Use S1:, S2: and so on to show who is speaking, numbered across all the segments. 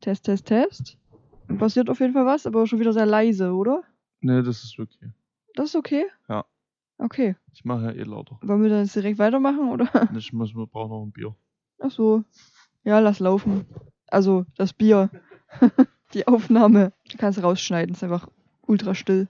S1: Test, Test, Test. Passiert auf jeden Fall was, aber schon wieder sehr leise, oder?
S2: Ne, das ist okay.
S1: Das ist okay?
S2: Ja.
S1: Okay.
S2: Ich mache ja eh lauter.
S1: Wollen wir dann jetzt direkt weitermachen, oder?
S2: Ich muss, wir brauchen noch ein Bier.
S1: Ach so. Ja, lass laufen. Also, das Bier. Die Aufnahme. Du kannst rausschneiden, ist einfach ultra still.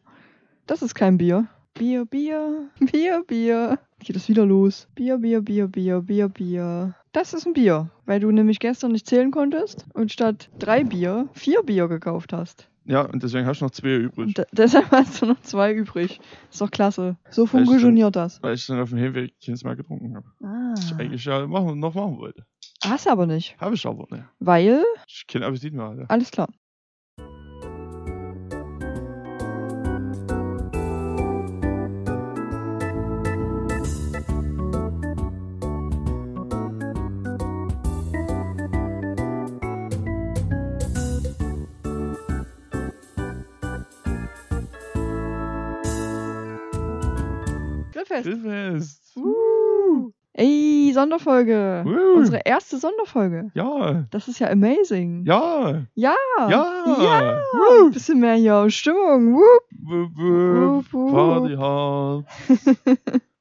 S1: Das ist kein Bier. Bier, Bier, Bier, Bier. Geht es wieder los. Bier, Bier, Bier, Bier, Bier, Bier. Das ist ein Bier, weil du nämlich gestern nicht zählen konntest und statt drei Bier vier Bier gekauft hast.
S2: Ja, und deswegen hast du noch zwei übrig.
S1: Und de- deshalb hast du noch zwei übrig. Ist doch klasse. So
S2: stimmt.
S1: funktioniert das.
S2: Weil ich dann auf dem Hinweg keins mehr getrunken habe.
S1: Ah.
S2: Was ich eigentlich ja machen, noch machen wollte.
S1: Hast du aber nicht.
S2: Habe ich aber nicht.
S1: Weil
S2: Ich kenne Appetit mehr, Alter.
S1: Alles klar. Grillfest.
S2: Grillfest.
S1: Uh. Ey, Sonderfolge.
S2: Uh.
S1: Unsere erste Sonderfolge.
S2: Ja.
S1: Das ist ja amazing.
S2: Ja.
S1: Ja.
S2: Ja.
S1: Ja. Ein bisschen mehr hier Stimmung. Wupp,
S2: Wup,
S1: wupp,
S2: wup.
S1: wupp.
S2: Party hard.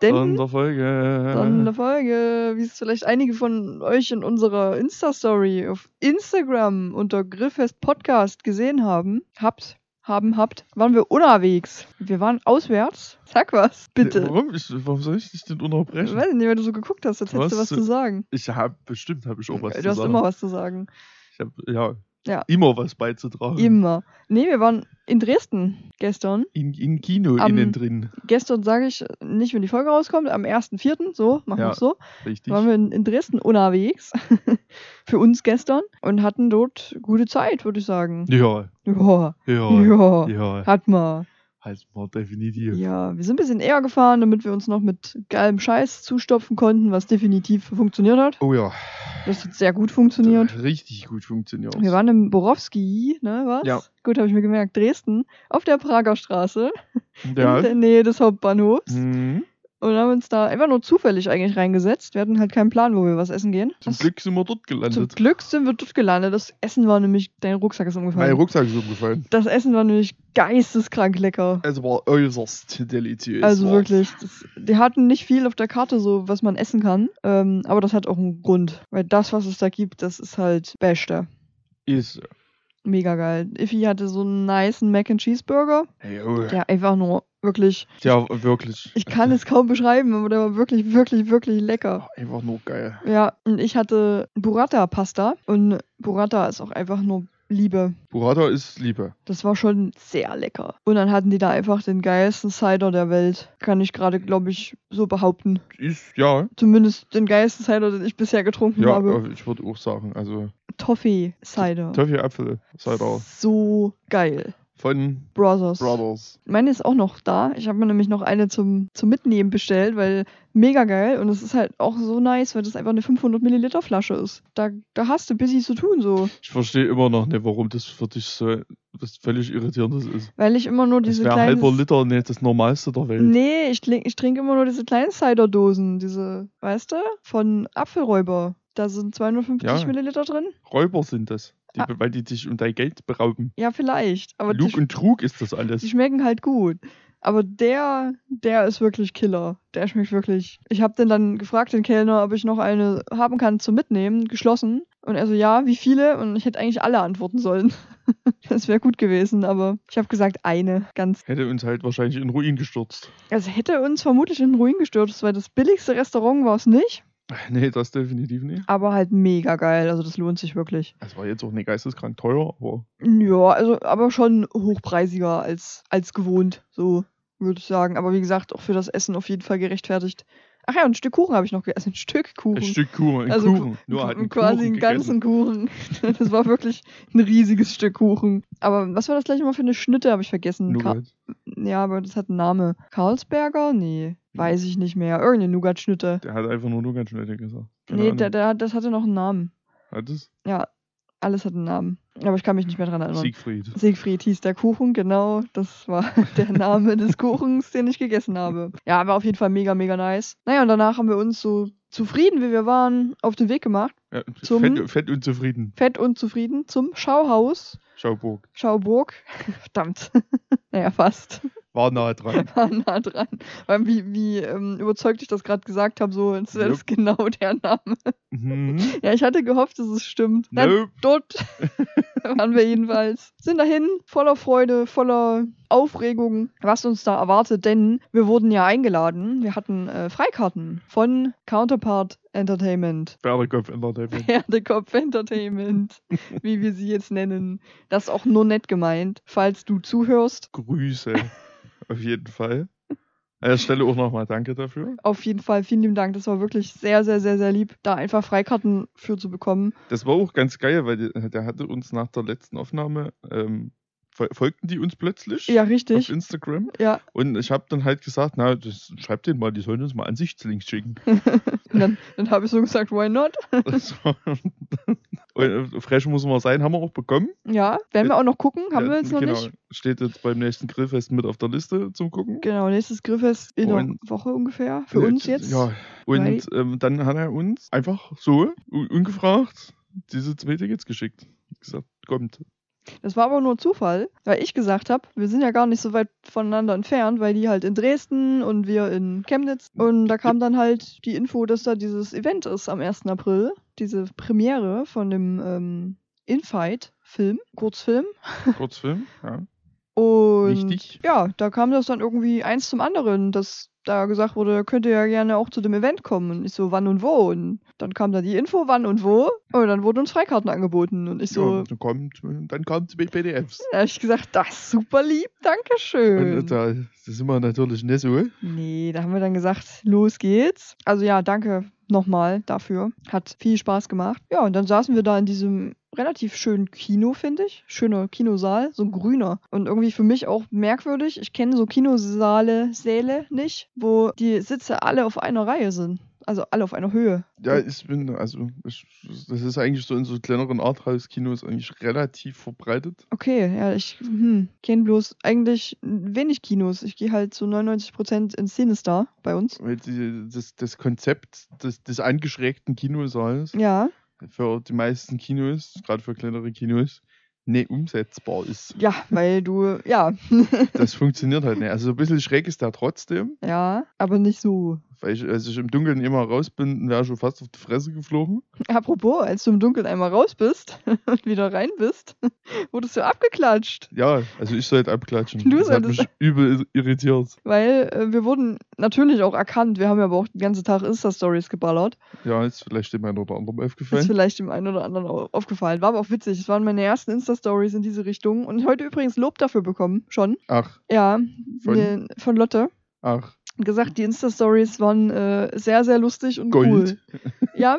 S1: Denn
S2: Sonderfolge.
S1: Sonderfolge, wie es vielleicht einige von euch in unserer Insta-Story auf Instagram unter Grillfest Podcast gesehen haben, habt, haben, habt, waren wir unterwegs. Wir waren auswärts. Sag was,
S2: Nee,
S1: bitte.
S2: Warum? Ich, warum soll ich dich denn
S1: Ich
S2: unterbrechen?
S1: weiß nicht, weil du so geguckt hast, als
S2: Du
S1: hättest du
S2: hast
S1: was
S2: so-
S1: zu sagen.
S2: Ich hab, bestimmt habe ich auch was
S1: du
S2: zu
S1: hast
S2: sagen.
S1: immer was zu sagen.
S2: Ich hab, ja,
S1: Ja.
S2: Immer was beizutragen.
S1: Immer. Nee, wir waren in Dresden gestern.
S2: in, in Kino
S1: Am-
S2: innen drin.
S1: Gestern sage ich nicht, wenn die Folge rauskommt, am 1.4., so, machen
S2: Ja.
S1: wir es so.
S2: Richtig.
S1: Waren wir in, in Dresden unterwegs. für uns gestern. Und hatten dort gute Zeit, würde ich sagen.
S2: Ja,
S1: Ja.
S2: ja, ja.
S1: Ja. Hat man.
S2: Halt mal definitiv.
S1: Ja, wir sind ein bisschen eher gefahren, damit wir uns noch mit geilem Scheiß zustopfen konnten, was definitiv funktioniert hat.
S2: Oh ja.
S1: Das hat sehr gut funktioniert.
S2: Richtig gut funktioniert.
S1: Wir waren im Borowski, ne, was?
S2: Ja.
S1: Gut, habe ich mir gemerkt. Dresden, auf der Prager Straße, in
S2: ja.
S1: der Nähe des Hauptbahnhofs.
S2: Mhm.
S1: Und haben uns da einfach nur zufällig eigentlich reingesetzt. Wir hatten halt keinen Plan, wo wir was essen gehen.
S2: Zum
S1: Das-
S2: Glück sind wir dort
S1: Zum
S2: gelandet.
S1: Glück sind wir dort gelandet. Das Essen war nämlich, dein Rucksack ist
S2: Mein
S1: umgefallen.
S2: Rucksack ist umgefallen.
S1: das Essen war nämlich geisteskrank lecker.
S2: Also war äußerst deliziös.
S1: Also
S2: war's.
S1: wirklich, das, die hatten nicht viel auf der Karte, so was man essen kann. Ähm, aber das hat auch einen Grund. Weil das, was es da gibt, das ist halt Beste.
S2: Ist. so.
S1: Mega geil. Iffy hatte so einen niceen Mac and Cheeseburger,
S2: Ey, oh. Ja.
S1: der einfach nur wirklich,
S2: wirklich.
S1: ich kann es kaum beschreiben, aber der war wirklich, wirklich, wirklich lecker.
S2: Einfach nur geil.
S1: Ja, und ich hatte Burrata-Pasta und Burrata ist auch einfach nur Liebe.
S2: Burrata ist Liebe.
S1: Das war schon sehr lecker. Und dann hatten die da einfach den geilsten Cider der Welt. Kann ich gerade, glaube ich, so behaupten.
S2: Ist, ja.
S1: Zumindest den geilsten Cider, den ich bisher getrunken
S2: Ja,
S1: habe.
S2: äh, ich würde auch sagen. Also,
S1: Toffee-Cider.
S2: Toffee Apfel Cider
S1: So geil.
S2: von
S1: Brothers.
S2: Brothers.
S1: Meine ist auch noch da. Ich habe mir nämlich noch eine zum, zum Mitnehmen bestellt, weil mega geil. Und es ist halt auch so nice, weil das einfach eine 500 Milliliter Flasche ist. Da, da hast du busy zu tun so.
S2: Ich verstehe immer noch nicht, warum das für dich so was völlig irritierendes ist.
S1: Weil ich immer nur
S2: Das
S1: diese
S2: wäre
S1: kleinen...
S2: halber Liter nicht das Normalste der Welt.
S1: Nee, ich, trink- ich trinke immer nur diese kleinen Cider-Dosen, diese, weißt du, von Apfelräuber. Da sind 250
S2: Ja.
S1: Milliliter drin.
S2: Räuber sind das, die,
S1: Ah.
S2: weil die dich um dein Geld berauben.
S1: Ja, vielleicht. Aber die,
S2: Lug und Trug ist das
S1: sch- die
S2: alles.
S1: schmecken halt gut. Aber der, der ist wirklich Killer. Der schmeckt wirklich. Ich habe den dann gefragt, den Kellner, ob ich noch eine haben kann zum Mitnehmen, geschlossen. Und er so, ja, wie viele? Und ich hätte eigentlich alle antworten sollen. das wäre gut gewesen, aber ich habe gesagt, eine, ganz
S2: Hätte uns halt wahrscheinlich in Ruin gestürzt.
S1: Es Also hätte uns vermutlich in den Ruin gestürzt, weil das billigste Restaurant war es nicht,
S2: Nee, das definitiv nicht.
S1: aber halt mega geil. Also das lohnt sich wirklich.
S2: Es war jetzt auch nicht geisteskrank teuer, aber
S1: Ja, also aber schon hochpreisiger als, als gewohnt, so würde ich sagen. Aber wie gesagt, auch für das Essen auf jeden Fall gerechtfertigt. Ach ja, ein Stück Kuchen habe ich noch gegessen. Ein Stück Kuchen.
S2: ein Stück Kuchen, ein
S1: Also
S2: Kuchen. Nur halt einen
S1: quasi
S2: Kuchen
S1: einen ganzen Kuchen. Das war wirklich ein riesiges Stück Kuchen. Aber was war das gleich nochmal für eine Schnitte, habe ich vergessen. Ka-
S2: Nougat.
S1: ja, aber das hat einen Namen. Karlsberger? Nee, weiß ich nicht mehr. Irgendeine Nougat-Schnitte.
S2: Der hat einfach nur Nougat schnell gesagt. Keine
S1: Nee,
S2: Ahnung.
S1: der, der, hat- das hatte noch einen Namen.
S2: hat es?
S1: Ja, alles hat einen Namen. Aber ich kann mich nicht mehr dran erinnern.
S2: Siegfried.
S1: Siegfried hieß der Kuchen, genau. Das war der Name des Kuchens, den ich gegessen habe. Ja, war auf jeden Fall mega, mega nice. Naja, und danach haben wir uns so zufrieden wie wir waren, auf den Weg gemacht.
S2: Ja,
S1: Zum-
S2: fett, fett unzufrieden.
S1: Fett und zufrieden zum Schauhaus.
S2: Schauburg.
S1: Schauburg. Verdammt. naja, fast.
S2: War nahe dran.
S1: War nah dran. Weil wie, wie ähm, überzeugt ich das gerade gesagt habe, so es
S2: Nope.
S1: ist genau der Name.
S2: mhm.
S1: Ja, ich hatte gehofft, dass es stimmt. Na,
S2: Nope.
S1: dort waren wir jedenfalls. Sind dahin, voller Freude, voller Aufregung, was uns da erwartet, denn wir wurden ja eingeladen. Wir hatten äh, Freikarten von Counterpart Entertainment.
S2: Pferdekopf Entertainment.
S1: Pferdekopf Entertainment, wie wir sie jetzt nennen. Das ist auch nur nett gemeint, falls du zuhörst.
S2: Grüße. Auf jeden Fall. An der Stelle auch nochmal danke dafür.
S1: Auf jeden Fall vielen lieben Dank. Das war wirklich sehr, sehr, sehr, sehr lieb, da einfach Freikarten für zu bekommen.
S2: Das war auch ganz geil, weil die- der hatte uns nach der letzten Aufnahme, ähm, fol- folgten die uns plötzlich
S1: Ja,
S2: auf
S1: richtig.
S2: Instagram.
S1: Ja,
S2: Und ich habe dann halt gesagt, na, das, schreib den mal, die sollen uns mal Ansichtslinks schicken.
S1: und dann, dann habe ich so gesagt, why not?
S2: Das war- und äh, fresh muss man sein, haben wir auch bekommen.
S1: Ja, werden wir auch noch gucken, haben
S2: Ja,
S1: wir jetzt noch
S2: genau.
S1: nicht.
S2: Steht jetzt beim nächsten Grillfest mit auf der Liste zum Gucken.
S1: Genau, nächstes Grillfest in einer
S2: Und-
S1: Woche ungefähr. Für
S2: Ja,
S1: uns jetzt.
S2: Ja.
S1: Weil-
S2: Und ähm, dann hat er uns einfach so, un- ungefragt, diese zwei Tickets geschickt. Hat Gesagt, kommt.
S1: Das war aber nur Zufall, weil ich gesagt habe, wir sind ja gar nicht so weit voneinander entfernt, weil die halt in Dresden und wir in Chemnitz. Und da kam dann halt die Info, dass da dieses Event ist am 1. April, diese Premiere von dem ähm, Infight-Film, Kurzfilm.
S2: Kurzfilm, ja.
S1: Und
S2: Wichtig.
S1: ja, da kam das dann irgendwie eins zum anderen, dass da gesagt wurde, könnt ihr ja gerne auch zu dem Event kommen. Und ich so, wann und wo? Und dann kam da die Info, wann und wo. Und dann wurden uns Freikarten angeboten. Und ich so,
S2: ja dann kommt, dann kommt mit PDFs.
S1: Da habe ich gesagt, das ist super lieb, danke schön.
S2: Und äh, da sind wir natürlich nicht so.
S1: nee, da haben wir dann gesagt, los geht's. Also ja, danke nochmal dafür. Hat viel Spaß gemacht. Ja, und dann saßen wir da in diesem relativ schönen Kino, finde ich. Schöner Kinosaal, so ein grüner. Und irgendwie für mich auch merkwürdig. Ich kenne so Kinosaale, Säle nicht, wo die Sitze alle auf einer Reihe sind. Also alle auf einer Höhe.
S2: Ja, ich bin, also, ich, das ist eigentlich so in so kleineren Arthouse-Kinos eigentlich relativ verbreitet.
S1: Okay, ja, ich hm, kenne bloß eigentlich wenig Kinos. Ich gehe halt zu 99% ins Cinestar bei uns.
S2: Weil die, das, das Konzept des, des angeschrägten Kinosaals
S1: Ja,
S2: für die meisten Kinos, gerade für kleinere Kinos, nicht umsetzbar ist.
S1: ja, weil du, ja,
S2: Das funktioniert halt nicht. Also ein bisschen schräg ist der trotzdem,
S1: ja, aber nicht so.
S2: weil ich, als ich im Dunkeln immer raus bin, wäre ich schon fast auf die Fresse geflogen.
S1: Apropos, als du im Dunkeln einmal raus bist und wieder rein bist, wurdest du abgeklatscht.
S2: Ja, also ich sollte abklatschen.
S1: Du
S2: das hat
S1: solltest-
S2: mich übel irritiert.
S1: Weil äh, wir wurden natürlich auch erkannt, wir haben ja aber auch den ganzen Tag Insta-Stories geballert.
S2: Ja, ist vielleicht dem einen oder anderen
S1: Ist
S2: aufgefallen.
S1: vielleicht dem einen oder anderen au- aufgefallen. War aber auch witzig. Es waren meine ersten Insta-Stories in diese Richtung. Und heute übrigens Lob dafür bekommen, schon.
S2: Ach,
S1: Ja,
S2: Von?
S1: ne, von Lotte.
S2: ach,
S1: Gesagt, die Insta-Stories waren äh, sehr, sehr lustig und cool.
S2: Gold.
S1: Ja,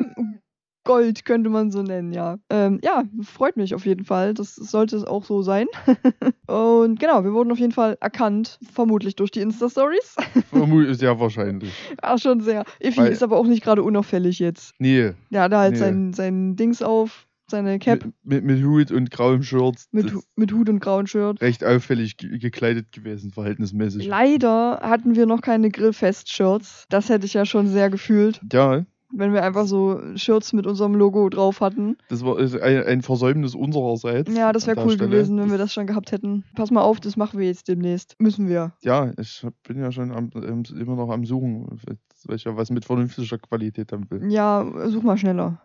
S1: Gold könnte man so nennen, ja. Ähm, ja, freut mich auf jeden Fall. Das sollte es auch so sein. Und genau, wir wurden auf jeden Fall erkannt, vermutlich durch die Insta-Stories.
S2: Vermutlich, ja, wahrscheinlich.
S1: War schon sehr. Iffi
S2: Weil-
S1: ist aber auch nicht gerade unauffällig jetzt.
S2: Nee,
S1: Der hatte halt
S2: Nee.
S1: sein, sein Dings auf, seine Cap
S2: mit, mit, mit Hut und grauem Shirt.
S1: mit,
S2: das
S1: Hu-
S2: ist
S1: mit Hut und grauen Shirt.
S2: recht auffällig ge gekleidet gewesen, verhältnismäßig.
S1: Leider hatten wir noch keine Grillfest-Shirts. Das hätte ich ja schon sehr gefühlt,
S2: ja,
S1: wenn wir einfach so Shirts mit unserem Logo drauf hatten.
S2: das war ist ein, ein Versäumnis unsererseits.
S1: Ja, das
S2: an
S1: wäre
S2: der
S1: cool
S2: Stelle.
S1: gewesen, wenn wir das schon gehabt hätten. Pass mal auf, das machen wir jetzt demnächst. Müssen wir.
S2: Ja, ich hab, bin ja schon am, ähm, immer noch am Suchen, weil ich ja was mit vernünftiger Qualität haben
S1: Mhm.
S2: will.
S1: Ja, such mal schneller.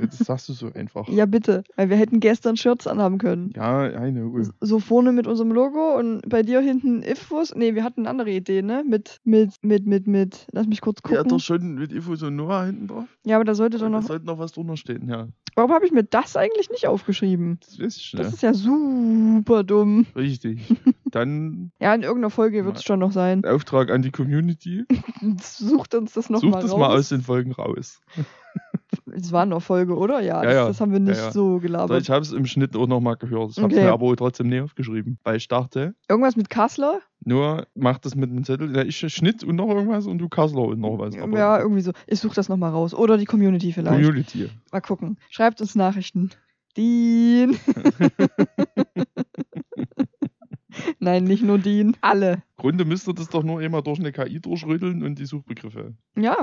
S2: Das sagst du so einfach.
S1: Ja, bitte. Weil wir hätten gestern Shirts anhaben können.
S2: Ja, eine Ruhe.
S1: So vorne mit unserem Logo und bei dir hinten Ifwus. Nee, wir hatten eine andere Idee, ne? Mit, mit, mit, mit, mit. Lass mich kurz
S2: Ja,
S1: gucken.
S2: doch
S1: Ja,
S2: schon mit Infos und Noah hinten drauf.
S1: aber da sollte doch
S2: Da
S1: noch.
S2: sollte noch was drunter stehen, ja.
S1: Warum habe ich mir das eigentlich nicht aufgeschrieben?
S2: Das weiß ich
S1: Das
S2: schnell.
S1: ist ja super dumm.
S2: Richtig. Dann
S1: Ja, in irgendeiner Folge wird es schon noch sein.
S2: Auftrag an die Community.
S1: Sucht uns das
S2: Sucht
S1: nochmal
S2: es
S1: raus.
S2: mal aus den Folgen raus.
S1: Es war noch Folge, oder? Ja,
S2: Ja,
S1: das,
S2: ja.
S1: das haben wir nicht
S2: ja.
S1: so
S2: So,
S1: gelabert.
S2: ich habe es im Schnitt auch nochmal gehört. Ich habe es
S1: Okay.
S2: mir aber auch trotzdem nicht aufgeschrieben, weil ich dachte,
S1: Irgendwas mit Kassler?
S2: nur macht das mit einem Zettel. Ja, ich Schnitt und noch irgendwas und du Kassler und noch was. aber
S1: Ja, irgendwie so. Ich suche das nochmal raus. Oder die Community vielleicht.
S2: Community.
S1: Mal gucken. Schreibt uns Nachrichten. Dean. Nein, nicht nur Dean. Alle.
S2: Grunde müsste das doch nur immer durch eine KI durchrütteln und die Suchbegriffe.
S1: Ja,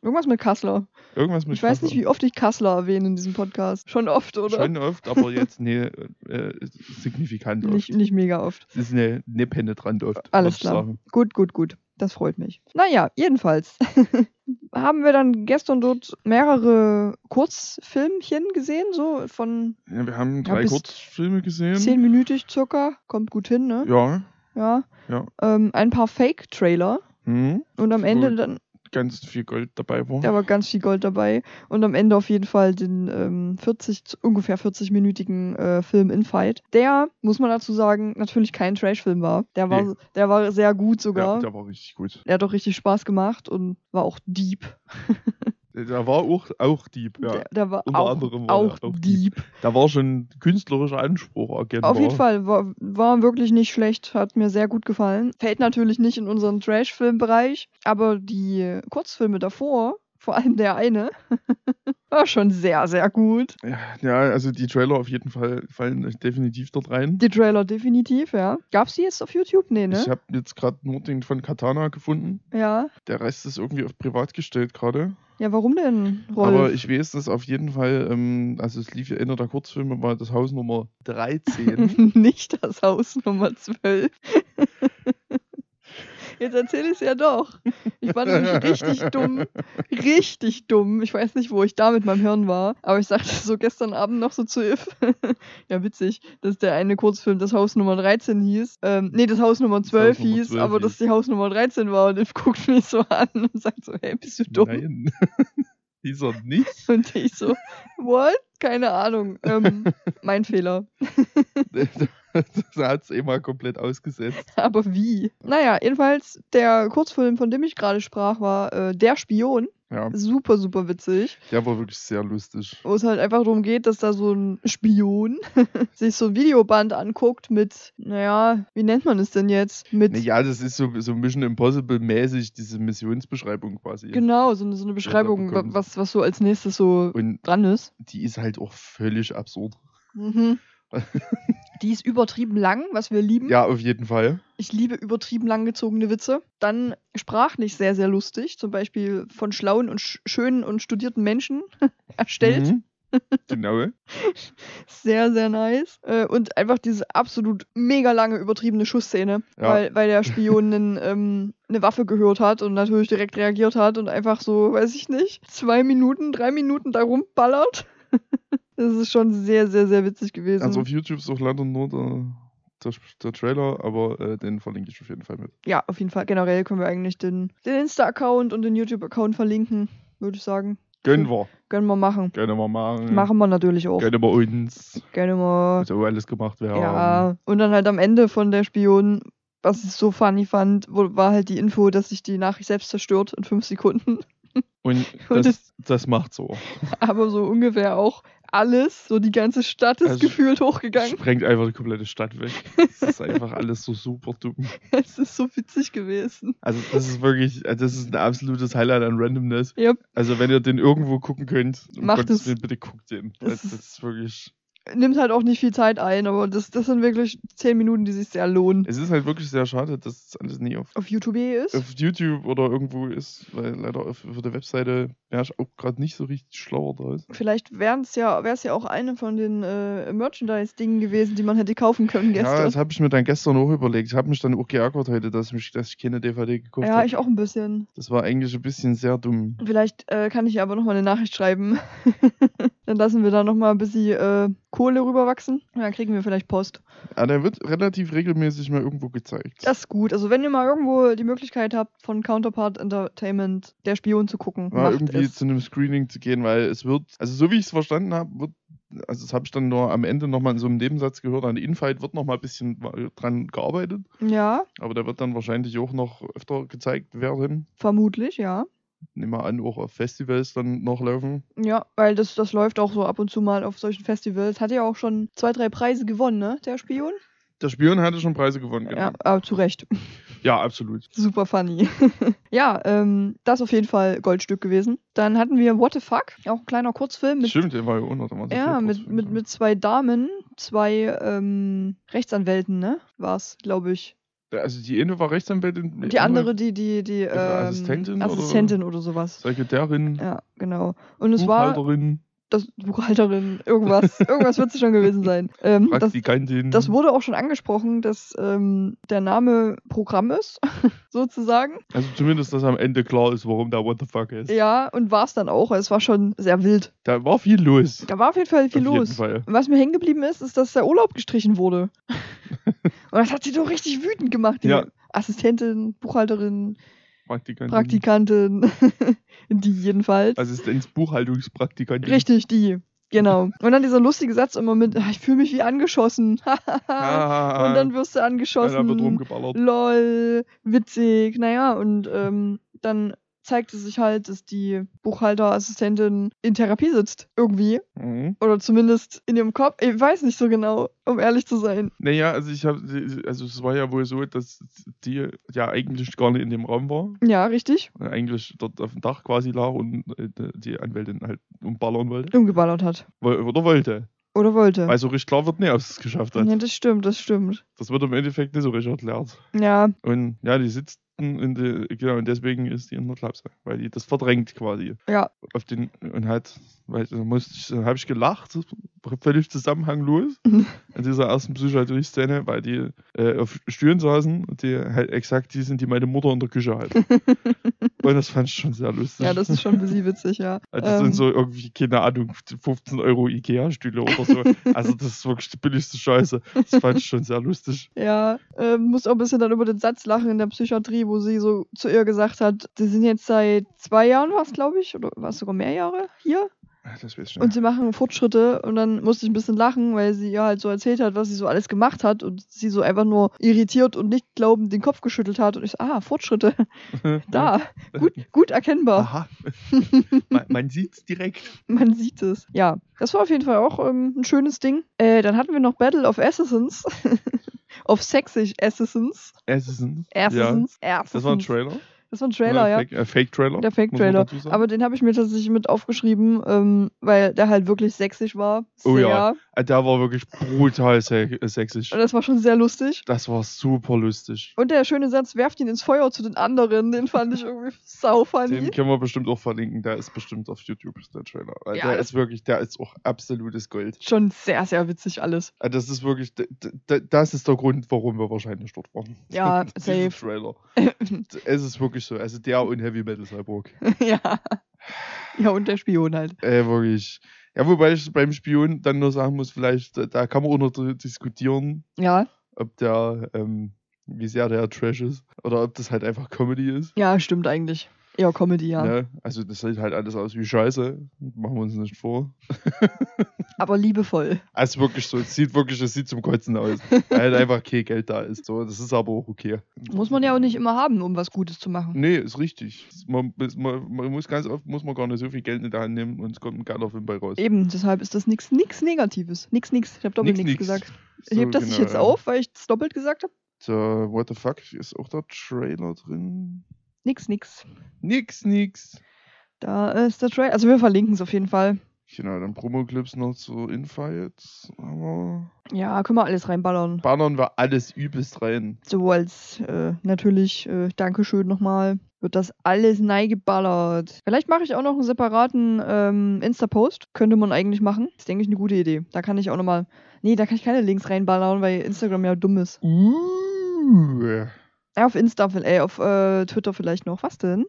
S1: irgendwas mit Kassler.
S2: Irgendwas mit
S1: ich weiß nicht, wie oft ich Kassler erwähne in diesem Podcast. Schon oft, oder?
S2: Schon oft, aber jetzt ne, äh, signifikant oft.
S1: nicht, nicht mega oft.
S2: Es ist eine, eine penetrant oft.
S1: Alles
S2: würd ich
S1: klar.
S2: sagen.
S1: Gut, gut, gut. Das freut mich. Naja, jedenfalls haben wir dann gestern dort mehrere Kurzfilmchen gesehen, so von
S2: Ja, wir haben drei
S1: bis
S2: Kurzfilme gesehen.
S1: zehnminütig circa. Kommt gut hin, ne?
S2: Ja.
S1: Ja.
S2: Ja.
S1: Ähm, ein paar Fake-Trailer
S2: Hm.
S1: und am Ende
S2: Gut.
S1: dann,
S2: Ganz viel Gold dabei war.
S1: da war ganz viel Gold dabei und am Ende auf jeden Fall den ähm, 40, ungefähr 40-minütigen äh, Film Infight. Der, muss man dazu sagen, natürlich kein Trash-Film war. Der war,
S2: Nee.
S1: der war sehr gut
S2: Ja,
S1: sogar.
S2: der war richtig gut.
S1: der hat doch richtig Spaß gemacht und war auch deep.
S2: Äh, Der war auch, auch Dieb, ja.
S1: Der, der war
S2: Unter
S1: auch,
S2: anderem war
S1: auch,
S2: der auch
S1: deep.
S2: Da war schon künstlerischer Anspruch erkennbar.
S1: Auf jeden Fall war, war wirklich nicht schlecht, hat mir sehr gut gefallen. Fällt natürlich nicht in unseren Trash-Film-Bereich, aber die Kurzfilme davor, vor allem der eine, war schon sehr, sehr gut.
S2: Ja, also die Trailer auf jeden Fall fallen definitiv dort rein.
S1: Die Trailer definitiv, ja. Gab's die jetzt auf YouTube? Nee,
S2: Ich
S1: ne?
S2: habe jetzt gerade nur den von Katana gefunden.
S1: Ja.
S2: Der Rest ist irgendwie auf privat gestellt gerade.
S1: Ja, warum denn, Rolf?
S2: Aber ich weiß, dass auf jeden Fall, ähm, also es lief ja einer der Kurzfilme, war das Haus Nummer 13.
S1: nicht das Haus Nummer 12. Jetzt erzähle ich es ja doch. Ich war nämlich richtig dumm. Richtig dumm. Ich weiß nicht, wo ich da mit meinem Hirn war, aber ich sagte so gestern Abend noch so zu If. ja, witzig, dass der eine Kurzfilm das Haus Nummer 13 hieß. Ähm, nee, das Haus Nummer 12
S2: Haus Nummer
S1: hieß,
S2: 12
S1: aber
S2: hieß.
S1: dass die Haus Nummer 13 war und If guckt mich so an und sagt so, hey, bist du dumm?
S2: Nein. Dieser nicht.
S1: Und ich so, what? Keine Ahnung. Ähm, mein Fehler.
S2: da hat es eh mal komplett ausgesetzt.
S1: Aber wie? Naja, jedenfalls, der Kurzfilm, von dem ich gerade sprach, war äh, Der Spion.
S2: Ja,
S1: Super, super witzig.
S2: der war wirklich sehr lustig.
S1: Wo es halt einfach darum geht, dass da so ein Spion sich so ein Videoband anguckt mit, naja, wie nennt man es denn jetzt? Mit,
S2: Ja, das ist so, so Mission Impossible-mäßig, diese Missionsbeschreibung quasi.
S1: genau, so eine, so eine Beschreibung, wa-
S2: bekommen.
S1: was, was so als nächstes so
S2: Und
S1: dran ist.
S2: die ist halt auch völlig absurd.
S1: Mhm. Die ist übertrieben lang, was wir lieben.
S2: Ja, auf jeden Fall.
S1: Ich liebe übertrieben langgezogene Witze. Dann sprachlich sehr, sehr lustig. Zum Beispiel von schlauen und sch schönen und studierten Menschen erstellt.
S2: Mhm. Genau.
S1: Sehr, sehr nice. Äh, und einfach diese absolut mega lange übertriebene Schussszene,
S2: Ja.
S1: weil, weil der Spion einen, ähm, eine Waffe gehört hat und natürlich direkt reagiert hat und einfach so, weiß ich nicht, zwei Minuten, drei Minuten da rumballert. das ist schon sehr, sehr, sehr witzig gewesen.
S2: Also auf YouTube ist auch leider nur der, der, der Trailer, aber äh, den verlinke ich auf jeden Fall mit.
S1: ja, auf jeden Fall. Generell können wir eigentlich den, den Insta-Account und den YouTube-Account verlinken, würde ich sagen.
S2: Gönnen wir.
S1: Können wir machen.
S2: Gönnen wir machen.
S1: Machen wir natürlich auch.
S2: Gönnen wir uns.
S1: Gerne mal.
S2: Also alles gemacht werden.
S1: Ja, und dann halt am Ende von der Spion, was ich so funny fand, wo- war halt die Info, dass sich die Nachricht selbst zerstört in fünf Sekunden.
S2: Und
S1: Und
S2: das, das macht so.
S1: Aber so ungefähr auch alles, so die ganze Stadt ist
S2: Also-
S1: gefühlt hochgegangen.
S2: Sprengt einfach die komplette Stadt weg. Das ist einfach alles so super dumm.
S1: Es ist so witzig gewesen.
S2: Also das ist wirklich, also das ist ein absolutes Highlight an Randomness.
S1: Ja,
S2: Also wenn ihr den irgendwo gucken könnt, um
S1: Macht
S2: Gottes
S1: es.
S2: Willen, bitte guckt den.
S1: Das
S2: Das,
S1: ist-
S2: das ist wirklich.
S1: nimmt halt auch nicht viel Zeit ein, aber das, das sind wirklich zehn Minuten, die sich sehr lohnen.
S2: Es ist halt wirklich sehr schade, dass das alles nie auf,
S1: Auf YouTube ist.
S2: auf YouTube oder irgendwo ist, weil leider auf, auf der Webseite wäre ich auch gerade nicht so richtig schlauer draus.
S1: Vielleicht wäre es ja, wär's ja auch eine von den äh, Merchandise-Dingen gewesen, die man hätte kaufen können
S2: Ja,
S1: gestern.
S2: das habe ich mir dann gestern auch überlegt. Ich habe mich dann auch geärgert heute, dass, mich, dass ich keine DVD gekauft
S1: ja
S2: habe.
S1: ich auch ein bisschen.
S2: Das war eigentlich ein bisschen sehr dumm.
S1: Vielleicht äh, kann ich ihr aber nochmal eine Nachricht schreiben. dann lassen wir da nochmal ein bisschen äh, Kohle rüberwachsen. Und dann kriegen wir vielleicht Post.
S2: Aber Ah, der wird relativ regelmäßig mal irgendwo gezeigt.
S1: Das ist gut. Also wenn ihr mal irgendwo die Möglichkeit habt, von Counterpart Entertainment der Spion zu gucken,
S2: mal
S1: macht
S2: irgendwie
S1: es.
S2: zu einem Screening zu gehen, weil es wird, also so wie ich es verstanden habe, wird, also das habe ich dann nur am Ende nochmal in so einem Nebensatz gehört, an Infight wird nochmal ein bisschen dran gearbeitet,
S1: Ja,
S2: aber der wird dann wahrscheinlich auch noch öfter gezeigt werden.
S1: vermutlich, ja.
S2: Nehmen wir an, auch auf Festivals dann noch laufen.
S1: Ja, weil das, das läuft auch so ab und zu mal auf solchen Festivals. Hat ja auch schon zwei, drei Preise gewonnen, ne, der Spion?
S2: Der Spion hatte schon Preise gewonnen, genau.
S1: Ja,
S2: Ja,
S1: aber zu Recht.
S2: absolut.
S1: Super funny. ja, ähm, das auf jeden Fall Goldstück gewesen. Dann hatten wir What the Fuck, auch ein kleiner Kurzfilm mit
S2: Stimmt, der war ja auch noch. da waren so
S1: Ja,
S2: viele
S1: mit,
S2: Kurzfilme.
S1: mit, mit zwei Damen, zwei ähm, Rechtsanwälten, ne? War's, glaube ich.
S2: Der- Also die eine war Rechtsanwältin.
S1: Die andere, die, die, die ähm,
S2: Ihre Assistentin oder-
S1: Assistentin oder sowas.
S2: Sekretärin,
S1: Ja, genau. Und es war
S2: Buchhalterin,
S1: das Buchhalterin, irgendwas. irgendwas wird es schon gewesen sein. Ähm, das,
S2: Praktikantin.
S1: das wurde auch schon angesprochen, dass ähm, der Name Programm ist, sozusagen.
S2: also zumindest, dass am Ende klar ist, warum da What the fuck ist.
S1: Ja, und war es dann auch. Es war schon sehr wild.
S2: Da war viel los.
S1: Da war auf jeden Fall viel
S2: Auf jeden
S1: los.
S2: Fall.
S1: Und Was mir hängen geblieben ist, ist, dass der Urlaub gestrichen wurde. und das hat sie doch richtig wütend gemacht, die
S2: Ja.
S1: Assistentin, Buchhalterin,
S2: Praktikantin.
S1: Praktikantin, die jedenfalls.
S2: Assistenz Buchhaltungspraktikantin.
S1: Richtig, die. Genau. Und dann dieser lustige Satz immer mit, "Ah, ich fühle mich wie angeschossen.
S2: Ah,
S1: und dann wirst du
S2: ja, da wird
S1: angeschossen.
S2: rumgeballert.
S1: Lol, witzig. Naja, und ähm, dann zeigte sich halt, dass die Buchhalterassistentin in Therapie sitzt. Irgendwie.
S2: Mhm.
S1: Oder zumindest in ihrem Kopf. Ich weiß nicht so genau, um ehrlich zu sein.
S2: Naja, also ich habe, also es war ja wohl so, dass die ja eigentlich gar nicht in dem Raum war,
S1: Ja, richtig.
S2: eigentlich äh, dort auf dem Dach quasi lag und äh, die Anwältin halt umballern wollte.
S1: Umgeballert hat.
S2: Woll- Oder wollte.
S1: Oder wollte.
S2: Weil so richtig klar wird nicht, ob sie es geschafft hat.
S1: ja, das stimmt, das stimmt.
S2: Das wird im Endeffekt nicht so richtig erklärt.
S1: Ja,
S2: Und ja, die sitzen in der, genau, und deswegen ist die in der Klapse, weil die das verdrängt quasi.
S1: Ja.
S2: Auf den, und halt, weil da musste ich, dann habe ich gelacht, völlig zusammenhanglos,
S1: Mhm.
S2: in dieser ersten Psychiatrie-Szene, weil die äh, auf Stühlen saßen und die halt exakt die sind, die meine Mutter in der Küche hat. und das fand ich schon sehr lustig.
S1: ja, das ist schon für sie witzig, ja.
S2: Also das
S1: Ähm,
S2: sind so irgendwie, keine Ahnung, 15 Euro Ikea-Stühle oder so. Also das ist wirklich die billigste Scheiße. Das fand ich schon sehr lustig.
S1: Ja, ähm, muss auch ein bisschen dann über den Satz lachen in der Psychiatrie, wo sie so zu ihr gesagt hat, sie sind jetzt seit zwei Jahren, war es glaube ich, oder war es sogar mehr Jahre hier
S2: Ach, Ah, Das weiß ich
S1: und sie machen Fortschritte und dann musste ich ein bisschen lachen, weil sie ihr halt so erzählt hat, was sie so alles gemacht hat und sie so einfach nur irritiert und nicht glaubend den Kopf geschüttelt hat und ich so, ah, Fortschritte, da, gut, gut erkennbar,
S2: Aha. man man sieht es direkt.
S1: man sieht es. Ja, das war auf jeden Fall auch ähm, ein schönes Ding. Äh, dann hatten wir noch Battle of Assassins, of Sexy Assassins.
S2: Assassins. Ja.
S1: Assassins,
S2: Das war ein Trailer.
S1: Das war ein Trailer, ja.
S2: Fake, äh, Fake-Trailer.
S1: Der
S2: muss man
S1: Fake-Trailer.
S2: dazu sagen.
S1: Aber den habe ich mir tatsächlich mit aufgeschrieben, ähm, weil der halt wirklich sexy war. Sehr.
S2: Oh ja. Äh, Der war wirklich brutal se äh, sächsisch.
S1: Und das war schon sehr lustig.
S2: Das war super lustig.
S1: Und der schöne Satz, werft ihn ins Feuer zu den anderen, den fand ich irgendwie sau funny.
S2: Den können wir bestimmt auch verlinken. Der ist bestimmt auf YouTube, der Trailer. Äh,
S1: Ja,
S2: Der
S1: das-
S2: ist wirklich, der ist auch absolutes Gold.
S1: Schon sehr, sehr witzig alles.
S2: Äh, Das ist wirklich, d- d- das ist der Grund, warum wir wahrscheinlich dort waren.
S1: Ja, safe.
S2: Diesen Trailer. es ist wirklich so. Also der und Heavy Metal Cyborg.
S1: ja. Ja, und der Spion halt.
S2: Äh, wirklich. Ja, wobei ich beim Spion dann nur sagen muss, vielleicht, äh, da kann man auch noch dr- diskutieren,
S1: Ja,
S2: ob der, ähm, wie sehr der Trash ist oder ob das halt einfach Comedy ist.
S1: ja, stimmt eigentlich. Ja, Comedy, ja.
S2: Ne? Also das sieht halt alles aus wie Scheiße. Machen wir uns nicht vor.
S1: Aber liebevoll.
S2: Also wirklich so, es sieht wirklich, es sieht zum Kotzen aus. Weil halt einfach kein Geld da ist. So, das ist aber auch okay.
S1: Muss man ja auch nicht immer haben, um was Gutes zu machen.
S2: Nee, ist richtig. Man, man, man muss ganz oft muss man gar nicht so viel Geld in der Hand nehmen und es kommt ein geiler Film bei raus.
S1: Eben, deshalb ist das nichts nix Negatives. Nix, nix. Ich habe doppelt
S2: Nix,
S1: nix,
S2: nix.
S1: gesagt.
S2: So,
S1: Hebt das sich
S2: genau,
S1: jetzt
S2: ja.
S1: auf, weil ich es doppelt gesagt habe?
S2: So, what the fuck, ist auch der Trailer drin?
S1: Nix, nix.
S2: Nix, nix.
S1: Da ist der Trailer. Also wir verlinken es auf jeden Fall.
S2: Genau, dann Promoclips noch zu Infights. Aber
S1: Ja, können wir alles reinballern.
S2: bannern wir alles übelst rein.
S1: So als äh, natürlich äh, Dankeschön nochmal. Wird das alles neigeballert. Vielleicht mache ich auch noch einen separaten ähm, Insta-Post. Könnte man eigentlich machen. Ist, denke ich, eine gute Idee. Da kann ich auch nochmal. Nee, da kann ich keine Links reinballern, weil Instagram ja dumm ist.
S2: Uh,
S1: Ja, auf Insta, ey, auf äh, Twitter vielleicht noch. Was denn?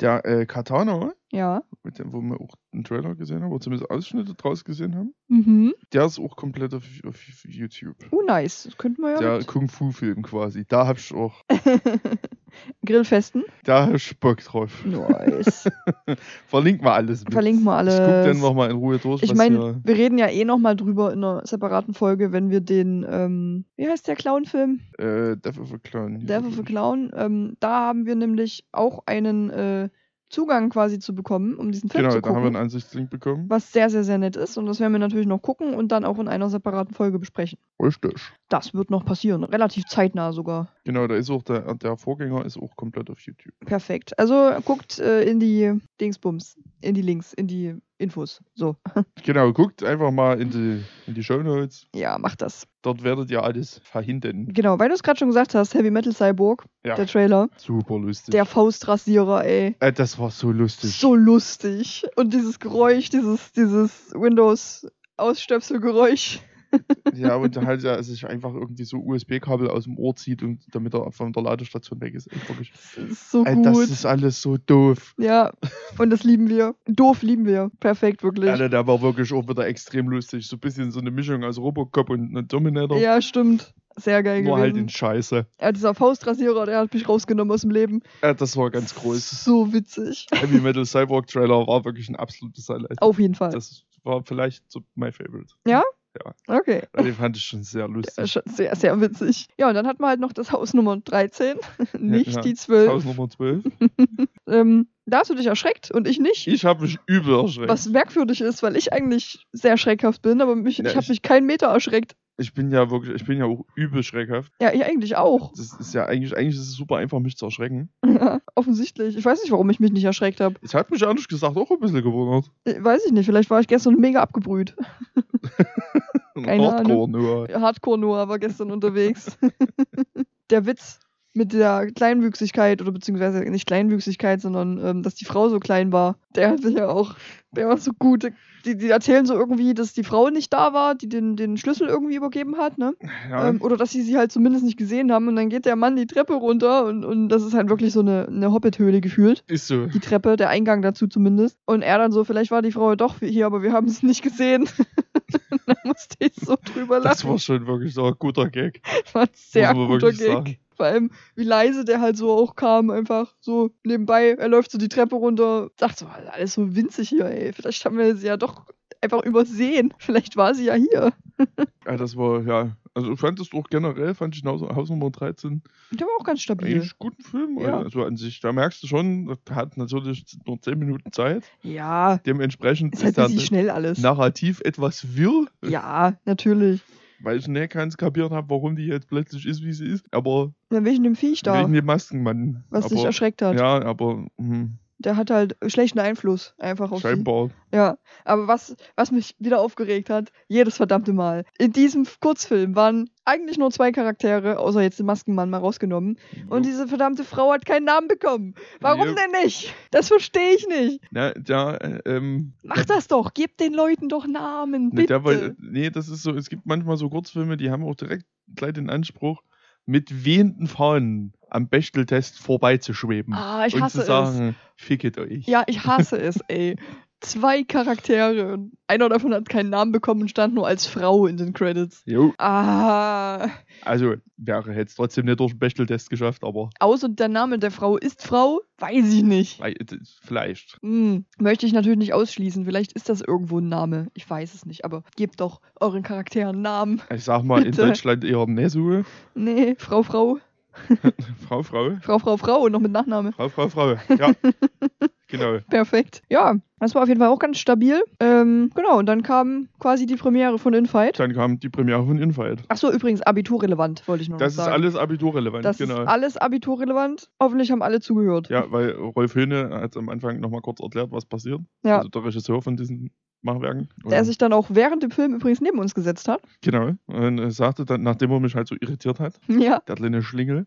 S2: der äh, Katana,
S1: Ja.
S2: mit dem, wo wir auch einen Trailer gesehen haben, oder zumindest Ausschnitte draus gesehen haben,
S1: Mhm.
S2: der ist auch komplett auf, auf YouTube.
S1: Oh, nice. Das könnten wir ja.
S2: Der
S1: Mit.
S2: Kung-Fu-Film quasi. Da hab ich auch,
S1: Grillfesten.
S2: da hab ich Bock drauf.
S1: Nice.
S2: Verlinken wir alles. Mit.
S1: Verlinken wir
S2: Ich guck dann
S1: alles.
S2: nochmal in Ruhe durch,
S1: Ich
S2: was
S1: meine,
S2: hier-
S1: wir reden ja eh nochmal drüber in einer separaten Folge, wenn wir den, ähm, wie heißt der Clown-Film?
S2: Äh, Death of a Clown. hieß er,
S1: Devil of a
S2: glaub ich.
S1: Clown. Ähm, da haben wir nämlich auch einen äh, Zugang quasi zu bekommen, um diesen Film
S2: Genau,
S1: zu
S2: da haben wir einen
S1: gucken.
S2: Ansichtslink bekommen.
S1: Was sehr, sehr, sehr nett ist. Und das werden wir natürlich noch gucken und dann auch in einer separaten Folge besprechen.
S2: Richtig.
S1: Das wird noch passieren. Relativ zeitnah sogar.
S2: Genau, da ist auch der, der Vorgänger ist auch komplett auf YouTube.
S1: Perfekt. Also guckt äh, in die Dingsbums, in die Links, in die Infos. So.
S2: Genau, guckt einfach mal in die, in die Shownotes.
S1: Ja, mach das.
S2: Dort werdet ihr alles verhindern.
S1: Genau, weil du es gerade schon gesagt hast, Heavy Metal Cyborg,
S2: Ja,
S1: der Trailer.
S2: super lustig.
S1: Der Faustrasierer, ey.
S2: äh, das war so lustig.
S1: So lustig. Und dieses Geräusch, dieses, dieses Windows-Ausstöpselgeräusch.
S2: Ja, und halt er sich einfach irgendwie so USB-Kabel aus dem Ohr zieht und damit er von der Ladestation weg ist. Ey, wirklich.
S1: Das ist so
S2: Ey,
S1: gut.
S2: das ist alles so doof.
S1: ja, und das lieben wir. Doof lieben wir. Perfekt, wirklich.
S2: Alter, der war wirklich auch wieder extrem lustig. So ein bisschen so eine Mischung aus Robocop und und Dominator.
S1: Ja, stimmt. Sehr geil
S2: Nur halt in
S1: gewesen.
S2: Scheiße.
S1: ja, dieser Faustrasierer, der hat mich rausgenommen aus dem Leben.
S2: Ja, Äh, das war ganz groß.
S1: So witzig.
S2: Heavy Metal Cyborg Trailer war wirklich ein absolutes Highlight.
S1: Auf jeden Fall.
S2: Das war vielleicht so my favorite.
S1: Okay.
S2: Ja, Den fand ich schon sehr
S1: Das ist
S2: lustig.
S1: schon sehr, sehr witzig. Ja, und dann hat man halt noch das Haus Nummer 13, nicht
S2: ja.
S1: die
S2: Haus
S1: 12.
S2: Nummer 12.
S1: Ähm, da hast du dich erschreckt und ich nicht.
S2: Ich habe mich übel erschreckt.
S1: Was merkwürdig ist, weil ich eigentlich sehr schreckhaft bin, aber mich,
S2: Ja,
S1: ich habe
S2: ich-
S1: mich keinen Meter erschreckt.
S2: Ich bin ja wirklich, ich bin ja auch übel schreckhaft.
S1: Ja, ich eigentlich auch.
S2: Das ist ja eigentlich, eigentlich ist es super einfach, mich zu erschrecken.
S1: Ja, offensichtlich. Ich weiß nicht, warum ich mich nicht erschreckt habe.
S2: Es hat mich ehrlich gesagt auch ein bisschen gewundert.
S1: Äh, Weiß ich nicht, vielleicht war ich gestern mega abgebrüht. Keine
S2: Hardcore nur.
S1: Hardcore nur, aber gestern unterwegs. der Witz mit der Kleinwüchsigkeit, oder beziehungsweise nicht Kleinwüchsigkeit, sondern ähm, dass die Frau so klein war, der hatte ja auch, der war so gut. Die, die erzählen so irgendwie, dass die Frau nicht da war, die den, den Schlüssel irgendwie übergeben hat, ne?
S2: Ja.
S1: Ähm, oder dass sie sie halt zumindest nicht gesehen haben und dann geht der Mann die Treppe runter und, und das ist halt wirklich so eine, eine Hobbit-Höhle gefühlt.
S2: ist so.
S1: Die Treppe, der Eingang dazu zumindest. Und er dann so, vielleicht war die Frau doch hier, aber wir haben sie nicht gesehen. da musste ich so drüber lachen.
S2: Das war schon wirklich so ein guter Gag.
S1: Das war ein sehr
S2: Muss man
S1: guter
S2: wirklich
S1: Gag.
S2: sagen.
S1: Vor allem, wie leise der halt so auch kam, einfach so nebenbei. Er läuft so die Treppe runter, sagt so, alles so winzig hier, ey. Vielleicht haben wir sie ja doch einfach übersehen. Vielleicht war sie ja hier.
S2: Ja, das war, ja. Also ich fand es auch generell, fand ich Haus, Haus Nummer 13
S1: Der war auch ganz stabil.
S2: eigentlich einen guten Film.
S1: Ja.
S2: Also an sich, da merkst du schon, der hat natürlich nur 10 Minuten Zeit.
S1: Ja,
S2: Dementsprechend
S1: ist
S2: ist
S1: halt
S2: der
S1: ein bisschen schnell alles.
S2: narrativ etwas wirr,
S1: Ja, natürlich.
S2: weil ich nicht ganz kapiert habe, warum die jetzt plötzlich ist, wie sie ist. Aber
S1: Ja, wegen dem Viech da,
S2: wegen dem Maskenmann.
S1: was
S2: aber,
S1: dich erschreckt hat.
S2: Ja, aber hm,
S1: Der hat halt schlechten Einfluss einfach auf sie.
S2: scheinbar.
S1: Ja, aber was, was mich wieder aufgeregt hat, jedes verdammte Mal. In diesem Kurzfilm waren eigentlich nur zwei Charaktere, außer jetzt den Maskenmann mal rausgenommen. Und diese verdammte Frau hat keinen Namen bekommen. Warum
S2: Ja.
S1: denn nicht? Das verstehe ich nicht.
S2: Na, ja, äh, ähm,
S1: Mach das doch. Gib den Leuten doch Namen,
S2: Ne,
S1: bitte.
S2: der, weil, nee, das ist so, es gibt manchmal so Kurzfilme, die haben auch direkt gleich den Anspruch, mit wehenden Fahnen am Bechteltest vorbeizuschweben.
S1: ah, ich
S2: und
S1: hasse
S2: zu sagen, ficket euch.
S1: es. Ja, ich hasse es, ey. Zwei Charaktere. und Einer davon hat keinen Namen bekommen und stand nur als Frau in den Credits.
S2: Jo,
S1: Ah.
S2: also wäre jetzt trotzdem nicht durch den Bechteltest geschafft, aber
S1: Außer der Name der Frau ist Frau, weiß ich nicht.
S2: wei- d- vielleicht.
S1: Hm, möchte ich natürlich nicht ausschließen. Vielleicht ist das irgendwo ein Name. Ich weiß es nicht, aber gebt doch euren Charakteren Namen.
S2: Ich sag mal, in
S1: Bitte.
S2: Deutschland eher Nesu,
S1: Nee, Frau, Frau.
S2: Frau, Frau,
S1: Frau, Frau, Frau und noch mit Nachname.
S2: Frau, Frau, Frau. Ja, genau.
S1: Perfekt. Ja, das war auf jeden Fall auch ganz stabil. Ähm, genau, und dann kam quasi die Premiere von Infight.
S2: Dann kam die Premiere von Infight.
S1: Achso, übrigens, abiturrelevant, wollte ich noch
S2: Das ist
S1: sagen.
S2: alles abiturrelevant,
S1: Oh das
S2: genau.
S1: ist alles abiturrelevant. Hoffentlich haben alle zugehört.
S2: Ja, weil Rolf Höhne hat am Anfang nochmal kurz erklärt, was passiert.
S1: Ja.
S2: Also der Regisseur von diesen Machwerken.
S1: Der sich dann auch während dem Film übrigens neben uns gesetzt hat.
S2: genau. Und er sagte dann, nachdem er mich halt so irritiert hat,
S1: Ja.
S2: der kleine Schlingel,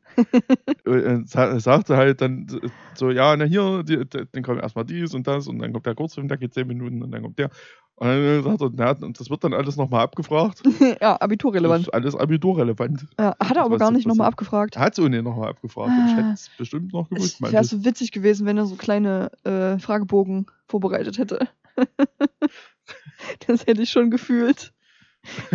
S2: äh, sa- er sagte halt dann so, ja, na hier, die, die, dann kommt erstmal dies und das und dann kommt der Kurzfilm, dann geht 10 Minuten und dann kommt der. Und dann äh, sagt er, na, und das wird dann alles nochmal abgefragt.
S1: ja,
S2: Das
S1: abiturrelevant.
S2: ist alles abiturrelevant.
S1: Ja, hat er
S2: das
S1: aber
S2: weiß
S1: gar
S2: ich,
S1: nicht nochmal
S2: was-
S1: abgefragt.
S2: Er hat es ohnehin nochmal abgefragt. Und ich
S1: Ah.
S2: hätte es bestimmt noch gewusst,
S1: Es
S2: meinte
S1: wäre
S2: ich.
S1: so witzig gewesen, wenn er so kleine äh, Fragebogen vorbereitet hätte. das hätte ich schon gefühlt.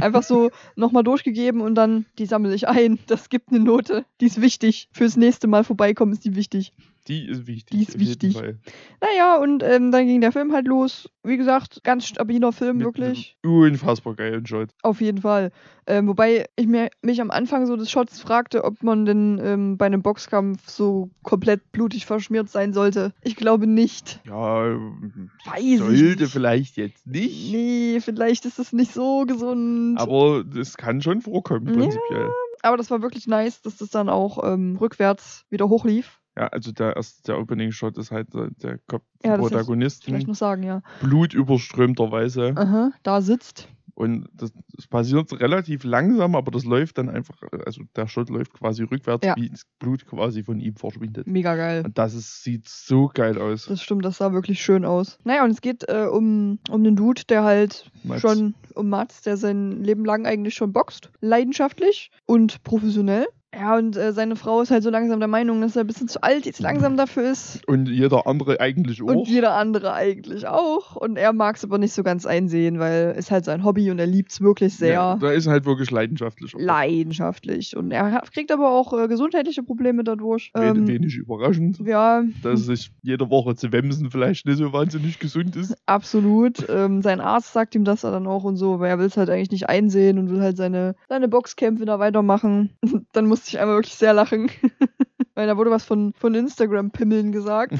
S1: Einfach so nochmal durchgegeben und dann, die sammle ich ein. Das gibt eine Note. Die ist wichtig. Fürs nächste Mal vorbeikommen ist die wichtig.
S2: Die ist wichtig.
S1: Die ist
S2: auf jeden
S1: wichtig.
S2: Fall.
S1: Naja, und ähm, dann ging der Film halt los. Wie gesagt, ganz stabiler Film,
S2: Mit
S1: wirklich.
S2: einem Unfassbar geilen Shot.
S1: Auf jeden Fall. Ähm, wobei ich mir, mich am Anfang so des Shots fragte, ob man denn ähm, bei einem Boxkampf so komplett blutig verschmiert sein sollte. Ich glaube nicht.
S2: Ja, ähm,
S1: Weiß ich
S2: sollte
S1: nicht.
S2: vielleicht jetzt nicht.
S1: Nee, vielleicht ist es nicht so gesund. Aber,
S2: Aber es kann schon vorkommen,
S1: Ja.
S2: prinzipiell.
S1: das war wirklich nice, dass das dann auch ähm, rückwärts wieder hochlief.
S2: Ja, also der, erst, der Opening-Shot ist halt äh, der Kopf
S1: Ja, das ist Vielleicht
S2: Protagonisten,
S1: noch sagen, ja.
S2: blutüberströmterweise.
S1: Aha, da sitzt.
S2: Und das, das passiert relativ langsam, aber das läuft dann einfach, also der Shot läuft quasi rückwärts,
S1: Ja.
S2: wie das Blut quasi von ihm verschwindet.
S1: Mega geil.
S2: Und das ist, sieht so geil aus.
S1: Das stimmt, das sah wirklich schön aus. Naja, und es geht äh, um, um den Dude, der halt
S2: Mats.
S1: schon, um Mats, der sein Leben lang eigentlich schon boxt. Leidenschaftlich und professionell. Ja, und äh, seine Frau ist halt so langsam der Meinung, dass er ein bisschen zu alt jetzt langsam dafür ist.
S2: Und jeder andere eigentlich
S1: Und
S2: auch.
S1: jeder andere eigentlich auch. Und er mag es aber nicht so ganz einsehen, weil es halt sein Hobby und er liebt es wirklich sehr.
S2: Ja, da ist halt wirklich leidenschaftlich.
S1: leidenschaftlich. Und er hat- kriegt aber auch äh, gesundheitliche Probleme dadurch.
S2: Wen-
S1: Ähm,
S2: Wenig überraschend,
S1: ja,
S2: dass sich jede Woche zu wemsen vielleicht nicht so wahnsinnig gesund ist.
S1: absolut. Ähm, sein Arzt sagt ihm das dann auch und so, aber er will es halt eigentlich nicht einsehen und will halt seine, seine Boxkämpfe da weitermachen. dann musste ich einmal wirklich sehr lachen. Weil da wurde was von, von Instagram-Pimmeln gesagt,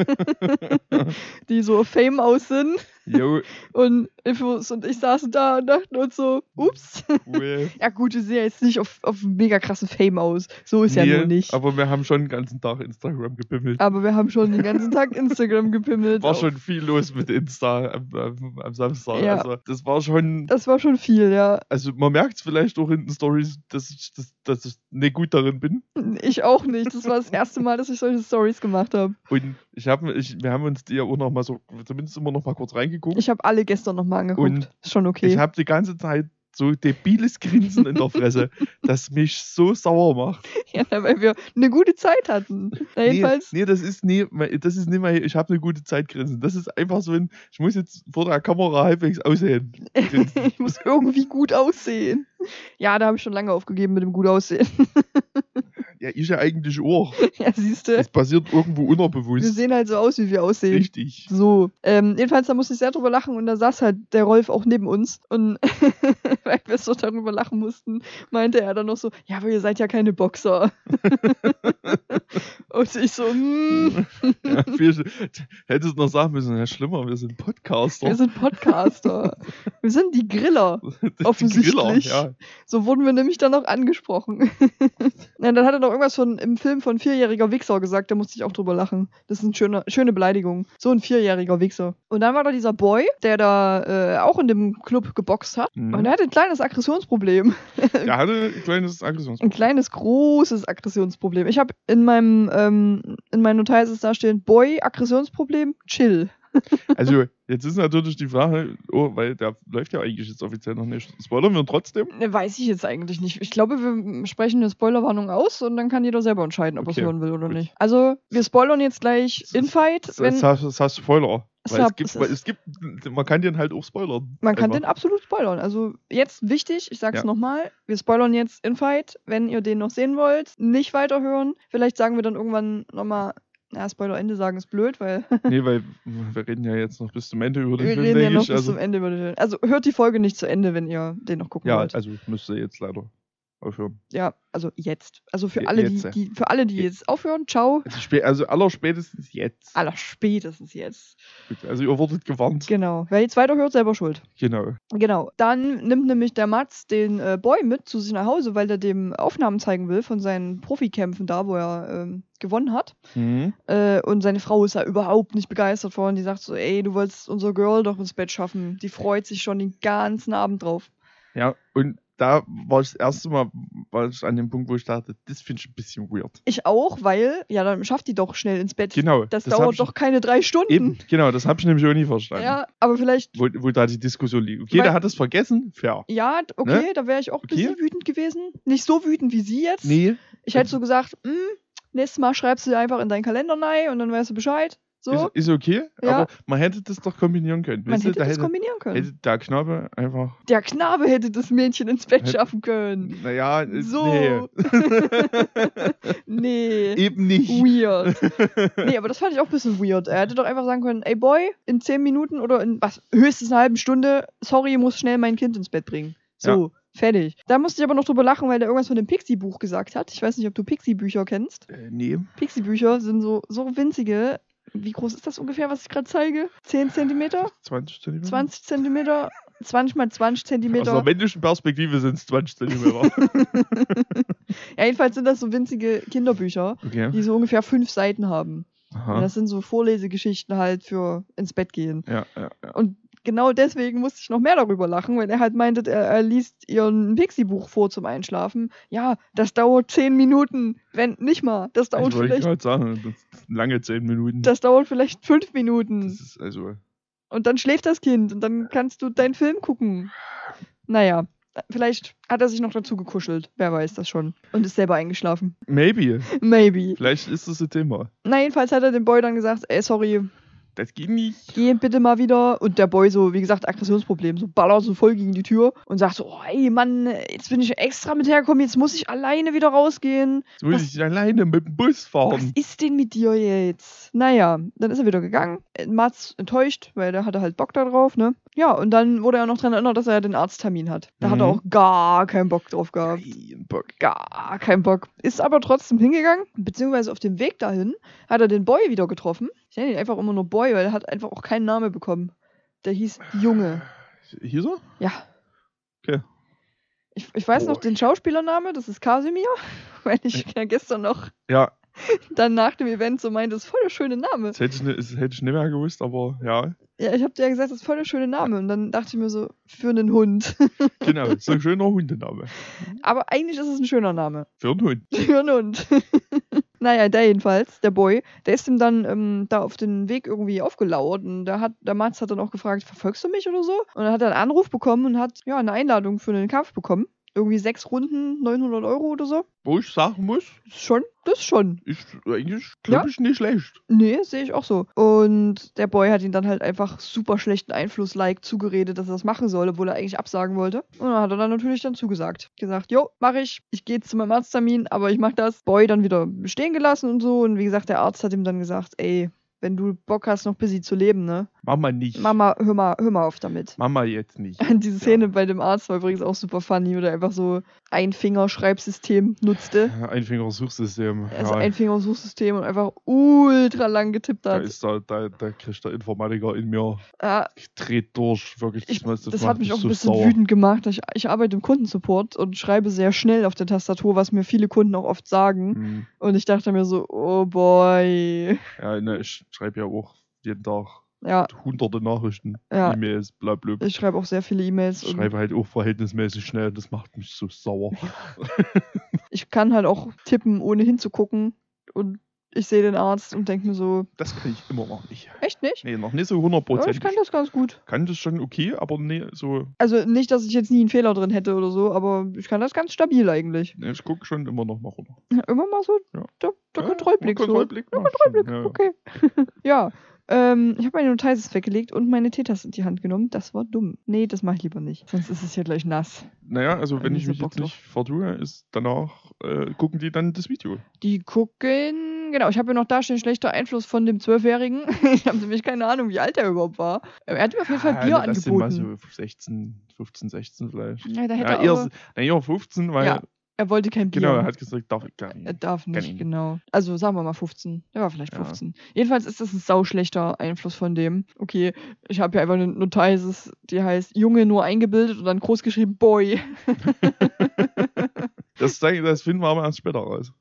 S1: die so auf Fame aus sind.
S2: Jo,
S1: Und Infos und ich saßen da und dachten uns so, ups.
S2: cool.
S1: Ja gut, wir sind ja jetzt nicht auf, auf mega krassen Fame aus. So ist ja
S2: Nee,
S1: nur nicht.
S2: Aber wir haben schon den ganzen Tag Instagram gebimmelt.
S1: Aber wir haben schon den ganzen Tag Instagram gepimmelt.
S2: War schon viel los mit Insta am, am, am Samstag.
S1: Ja.
S2: Also, das war schon.
S1: Das war schon viel, ja.
S2: Also, man merkt es vielleicht auch in den Stories, dass ich, dass, dass ich nicht gut darin bin.
S1: Ich auch nicht. Das war das erste Mal, dass ich solche Stories gemacht habe.
S2: Und ich hab, ich, wir haben uns die ja auch noch mal so, zumindest immer noch mal kurz reingeguckt.
S1: Ich habe alle gestern nochmal angeguckt.
S2: Und
S1: ist schon okay.
S2: Ich habe die ganze Zeit so debiles Grinsen in der Fresse, das mich so sauer macht.
S1: ja, na, weil wir eine gute Zeit hatten. Na, jedenfalls,
S2: Nee, nee, das ist nie, mein- das ist nicht mal, ich habe eine gute Zeit grinsen. Das ist einfach so ein, ich muss jetzt vor der Kamera halbwegs aussehen. Grinsen.
S1: ich muss irgendwie gut aussehen. Ja, da habe ich schon lange aufgegeben mit dem gut aussehen.
S2: ja, ich ja eigentlich auch.
S1: ja, siehst du,
S2: Das passiert irgendwo
S1: wir
S2: unbewusst.
S1: sehen halt so aus, wie wir aussehen.
S2: Richtig.
S1: So, ähm, jedenfalls, da musste ich sehr drüber lachen und da saß halt der Rolf auch neben uns und weil wir so darüber lachen mussten, meinte er dann noch so, ja, aber ihr seid ja keine Boxer. und ich so, mm,
S2: Ja, viel, sch- hättest noch sagen müssen, ja schlimmer, wir sind Podcaster.
S1: wir sind Podcaster. wir sind die Griller.
S2: Die
S1: offensichtlich.
S2: Griller,
S1: So wurden wir nämlich dann auch angesprochen. Na, dann hat er noch irgendwas von im Film von vierjähriger Wichser gesagt, da musste ich auch drüber lachen. Das ist eine schöne, schöne Beleidigung. So ein vierjähriger Wichser. Und dann war da dieser Boy, der da äh, auch in dem Club geboxt hat.
S2: Mhm.
S1: Und er hatte ein kleines Aggressionsproblem.
S2: ja. Der hatte ein kleines Aggressionsproblem.
S1: Ein kleines, großes Aggressionsproblem. Ich habe in meinem, ähm, in meinen Notizen da stehen, Boy, Aggressionsproblem, chill.
S2: Also, jetzt ist natürlich die Frage, oh, weil der läuft ja eigentlich jetzt offiziell noch nicht. Spoilern wir trotzdem?
S1: Ne, Weiß ich jetzt eigentlich nicht. Ich glaube, wir sprechen eine Spoilerwarnung aus und dann kann jeder selber entscheiden, ob er es
S2: Okay,
S1: hören will oder
S2: gut.
S1: nicht. Also, wir spoilern jetzt gleich
S2: Das-
S1: Infight.
S2: Das
S1: Wenn,
S2: heißt, das heißt Spoiler.
S1: Es
S2: Weil
S1: war-
S2: es, gibt,
S1: es
S2: weil
S1: ist-
S2: es gibt, man kann den halt auch spoilern.
S1: man kann den
S2: Einfach.
S1: absolut spoilern. Also, jetzt wichtig, ich sage es
S2: Ja.
S1: nochmal, wir spoilern jetzt Infight. Wenn ihr den noch sehen wollt, nicht weiterhören. Vielleicht sagen wir dann irgendwann nochmal, na, Spoilerende sagen ist blöd, weil
S2: Nee, weil wir reden ja jetzt noch bis zum Ende über den
S1: wir
S2: Film,
S1: reden ja
S2: denke
S1: noch
S2: ich.
S1: bis
S2: Also,
S1: zum Ende über den Film. Also, hört die Folge nicht zu Ende, wenn ihr den noch gucken
S2: ja,
S1: wollt.
S2: also müsste jetzt leider aufhören.
S1: ja, also jetzt. Also, für
S2: Je-
S1: alle,
S2: jetzt,
S1: die,
S2: ja.
S1: die, für alle, die
S2: Je-
S1: jetzt aufhören, ciao.
S2: Also, spä also allerspätestens jetzt.
S1: Aller spätestens jetzt.
S2: Gut, Also ihr wurdet gewarnt.
S1: Genau. Wer jetzt weiterhört, selber schuld.
S2: genau.
S1: Genau. Dann nimmt nämlich der Mats den äh, Boy mit zu sich nach Hause, weil er dem Aufnahmen zeigen will von seinen Profikämpfen da, wo er ähm, gewonnen hat.
S2: Mhm.
S1: Äh, und seine Frau ist da überhaupt nicht begeistert von. Die sagt so, ey, du wolltest unser Girl doch ins Bett schaffen. Die freut sich schon den ganzen Abend drauf.
S2: Ja, und da war ich das erste Mal war ich an dem Punkt, wo ich dachte, das finde ich ein bisschen weird.
S1: Ich auch, weil, ja, dann schafft die doch schnell ins Bett.
S2: Genau.
S1: Das,
S2: hab
S1: dauert
S2: ich-
S1: doch keine drei Stunden.
S2: Eben, genau, das habe ich nämlich auch nie verstanden.
S1: Ja, aber vielleicht,
S2: Wo, wo da die Diskussion liegt. Okay,
S1: Weil-
S2: der hat es vergessen, fair.
S1: ja, okay, da wäre ich auch ein
S2: Ne? Okay.
S1: bisschen wütend gewesen. Nicht so wütend wie sie jetzt.
S2: Nee,
S1: Ich hätte so gesagt, "Mm, nächstes Mal schreibst du dir einfach in deinen Kalender rein und dann weißt du Bescheid. So,
S2: ist, ist okay,
S1: Ja.
S2: aber man hätte das doch kombinieren können.
S1: man
S2: Also, weißt
S1: hätte
S2: du, da
S1: das kombinieren können.
S2: Hätte der Knabe einfach.
S1: Der Knabe hätte das Mädchen ins Bett
S2: Hätte-
S1: schaffen können.
S2: Naja, äh,
S1: So. Nee.
S2: nee, eben nicht.
S1: Weird. Nee, aber das fand ich auch ein bisschen weird. Er hätte doch einfach sagen können, ey Boy, in 10 Minuten oder in was, höchstens einer halben Stunde, sorry, ich muss schnell mein Kind ins Bett bringen. So, fertig. Da musste ich aber noch drüber lachen, weil der irgendwas von dem Pixie-Buch gesagt hat. Ich weiß nicht, ob du Pixie-Bücher kennst.
S2: Äh, nee.
S1: Pixie-Bücher sind so, so winzige. Wie groß ist das ungefähr, was ich gerade zeige? 10 Zentimeter?
S2: 20 Zentimeter? Also,
S1: 20 Zentimeter? 20 mal 20
S2: Aus der
S1: Zentimeter.
S2: männlichen Perspektive sind es 20 Zentimeter.
S1: Ja, jedenfalls sind das so winzige Kinderbücher,
S2: okay.
S1: die so ungefähr fünf Seiten haben. Und
S2: Aha.
S1: das sind so Vorlesegeschichten halt für ins Bett gehen.
S2: Ja, ja, ja.
S1: Und genau deswegen musste ich noch mehr darüber lachen, wenn er halt meinte, er, er liest ihr ein Pixie-Buch vor zum Einschlafen. Ja, das dauert zehn Minuten, wenn nicht mal. Das dauert
S2: Ich wollte
S1: vielleicht,
S2: gerade sagen, das sind lange 10 Minuten.
S1: das dauert vielleicht fünf Minuten.
S2: Das ist also.
S1: Und dann schläft das Kind und dann kannst du deinen Film gucken. Naja, vielleicht hat er sich noch dazu gekuschelt. Wer weiß das schon. Und ist selber eingeschlafen.
S2: Maybe.
S1: Maybe.
S2: Vielleicht ist das ein Thema.
S1: Na, jedenfalls hat er dem Boy dann gesagt, ey, sorry,
S2: Das geht nicht.
S1: geh bitte mal wieder. Und der Boy so, wie gesagt, Aggressionsproblem, so ballert so voll gegen die Tür und sagt so, oh, ey, Mann, jetzt bin ich extra mit hergekommen, jetzt muss ich alleine wieder rausgehen.
S2: Jetzt muss
S1: Was-
S2: ich alleine mit dem
S1: Was
S2: Bus fahren.
S1: ist denn mit dir jetzt? Naja, dann ist er wieder gegangen. Äh, Mats enttäuscht, weil der hatte halt Bock da drauf, ne? Ja, und dann wurde er noch dran erinnert, dass er ja den Arzttermin hat. Da hat er
S2: Mhm.
S1: auch gar keinen Bock drauf gehabt.
S2: Kein Bock.
S1: Gar keinen Bock. Ist aber trotzdem hingegangen, beziehungsweise auf dem Weg dahin hat er den Boy wieder getroffen. Ich nenne ihn einfach immer nur Boy, weil er hat einfach auch keinen Namen bekommen. Der hieß Junge.
S2: Hier so?
S1: Ja.
S2: Okay.
S1: Ich, ich weiß noch
S2: Boah. Äh.
S1: den Schauspielername, das ist Kasimir, weil ich ja gestern noch
S2: Ja,
S1: dann nach dem Event so meinte, das ist voll der schöne Name.
S2: das hätte ich, ni- das hätte ich nicht mehr gewusst, aber ja.
S1: Ja, ich hab dir ja gesagt, das ist voll der schöne Name. Und dann dachte ich mir so, für einen Hund.
S2: Genau, so ein schöner Hundename.
S1: Aber eigentlich ist es ein schöner Name.
S2: Für einen Hund.
S1: Für einen Hund. naja, der jedenfalls, der Boy, der ist ihm dann ähm, da auf den Weg irgendwie aufgelauert. Und da hat, der Mats hat dann auch gefragt, verfolgst du mich oder so? Und dann hat er einen Anruf bekommen und hat ja eine Einladung für einen Kampf bekommen. Irgendwie sechs Runden, 900 Euro oder so.
S2: Wo ich sagen muss,
S1: Das ist schon, das schon.
S2: ist eigentlich,
S1: Ja.
S2: glaube ich, nicht schlecht.
S1: Nee, sehe ich auch so. Und der Boy hat ihn dann halt einfach super schlechten Einfluss like zugeredet, dass er das machen soll, obwohl er eigentlich absagen wollte. Und dann hat er dann natürlich dann zugesagt. Gesagt, jo, mache ich. Ich gehe zu meinem Arzttermin, aber ich mache das. Boy dann wieder stehen gelassen und so. Und wie gesagt, der Arzt hat ihm dann gesagt, ey, wenn du Bock hast, noch ein bisschen zu leben, ne?
S2: Mama nicht.
S1: Mama, hör mal, hör mal auf damit.
S2: Mama jetzt nicht.
S1: Diese Szene bei dem Arzt war übrigens auch super funny, oder einfach so ein Fingerschreibsystem nutzte.
S2: Einfingersuchsystem.
S1: Also
S2: ja.
S1: ein Fingersuchsystem und einfach ultra lang getippt
S2: da,
S1: hat.
S2: ist da, da, da kriegt der Informatiker in mir,
S1: Ja,
S2: dreht durch, wirklich.
S1: Ich-
S2: macht-
S1: Das
S2: macht
S1: hat mich auch ein
S2: so
S1: bisschen
S2: sauer.
S1: wütend gemacht. Ich, ich arbeite im Kundensupport und schreibe sehr schnell auf der Tastatur, was mir viele Kunden auch oft sagen.
S2: Hm.
S1: Und ich dachte mir so, oh boy.
S2: Ja, ne, ich schreibe ja auch jeden Tag
S1: Ja,
S2: hunderte Nachrichten,
S1: Ja.
S2: E-Mails, bla bla.
S1: ich schreibe auch sehr viele E-Mails.
S2: Ich
S1: und
S2: schreibe halt auch verhältnismäßig schnell, das macht mich so sauer.
S1: Ich kann halt auch tippen, ohne hinzugucken. Und ich sehe den Arzt und denke mir so,
S2: Das kann ich immer noch nicht.
S1: echt nicht?
S2: Nee, noch nicht so
S1: Ja,
S2: 100%.
S1: ich kann das ganz gut.
S2: kann das schon okay, aber nee, so.
S1: Also nicht, dass ich jetzt nie einen Fehler drin hätte oder so, aber ich kann das ganz stabil eigentlich.
S2: Nee, ich gucke schon immer noch mal runter.
S1: Immer mal so
S2: Ja.
S1: der, der
S2: Ja,
S1: Kontrollblick.
S2: ein
S1: So.
S2: Kontrollblick. Ja, Kontrollblick. Ja, ja.
S1: Okay. ja. Ähm, ich habe meine Notizes weggelegt und meine Teetasse in die Hand genommen. Das war dumm. Nee, das mache ich lieber nicht. Sonst ist es hier gleich nass.
S2: Naja, also wenn
S1: Irgendwie
S2: ich
S1: so
S2: mich
S1: Bock
S2: jetzt nicht vertue, ist danach äh, gucken die dann das Video.
S1: Die gucken. Genau, ich habe ja noch da stehen, schlechter Einfluss von dem Zwölfjährigen. ich habe nämlich keine Ahnung, wie alt er überhaupt war. Ähm, Er hat ihm auf jeden Fall Bier
S2: Ja, Ah, lass den mal
S1: angeboten.
S2: so 16, 15, 16 vielleicht.
S1: Ja, da hätte
S2: Ja,
S1: er,
S2: eher,
S1: aber,
S2: na, eher 15, weil
S1: Ja, er wollte kein Bier.
S2: genau, er hat gesagt, darf ich gar nicht.
S1: Er darf nicht,
S2: ihn.
S1: genau. Also sagen wir mal 15. Er war vielleicht
S2: Ja.
S1: 15. Jedenfalls ist das ein sauschlechter Einfluss von dem. Okay, ich habe hier einfach eine Notices, die heißt Junge nur eingebildet und dann groß geschrieben Boy.
S2: Das, sei- das finden wir aber erst später raus.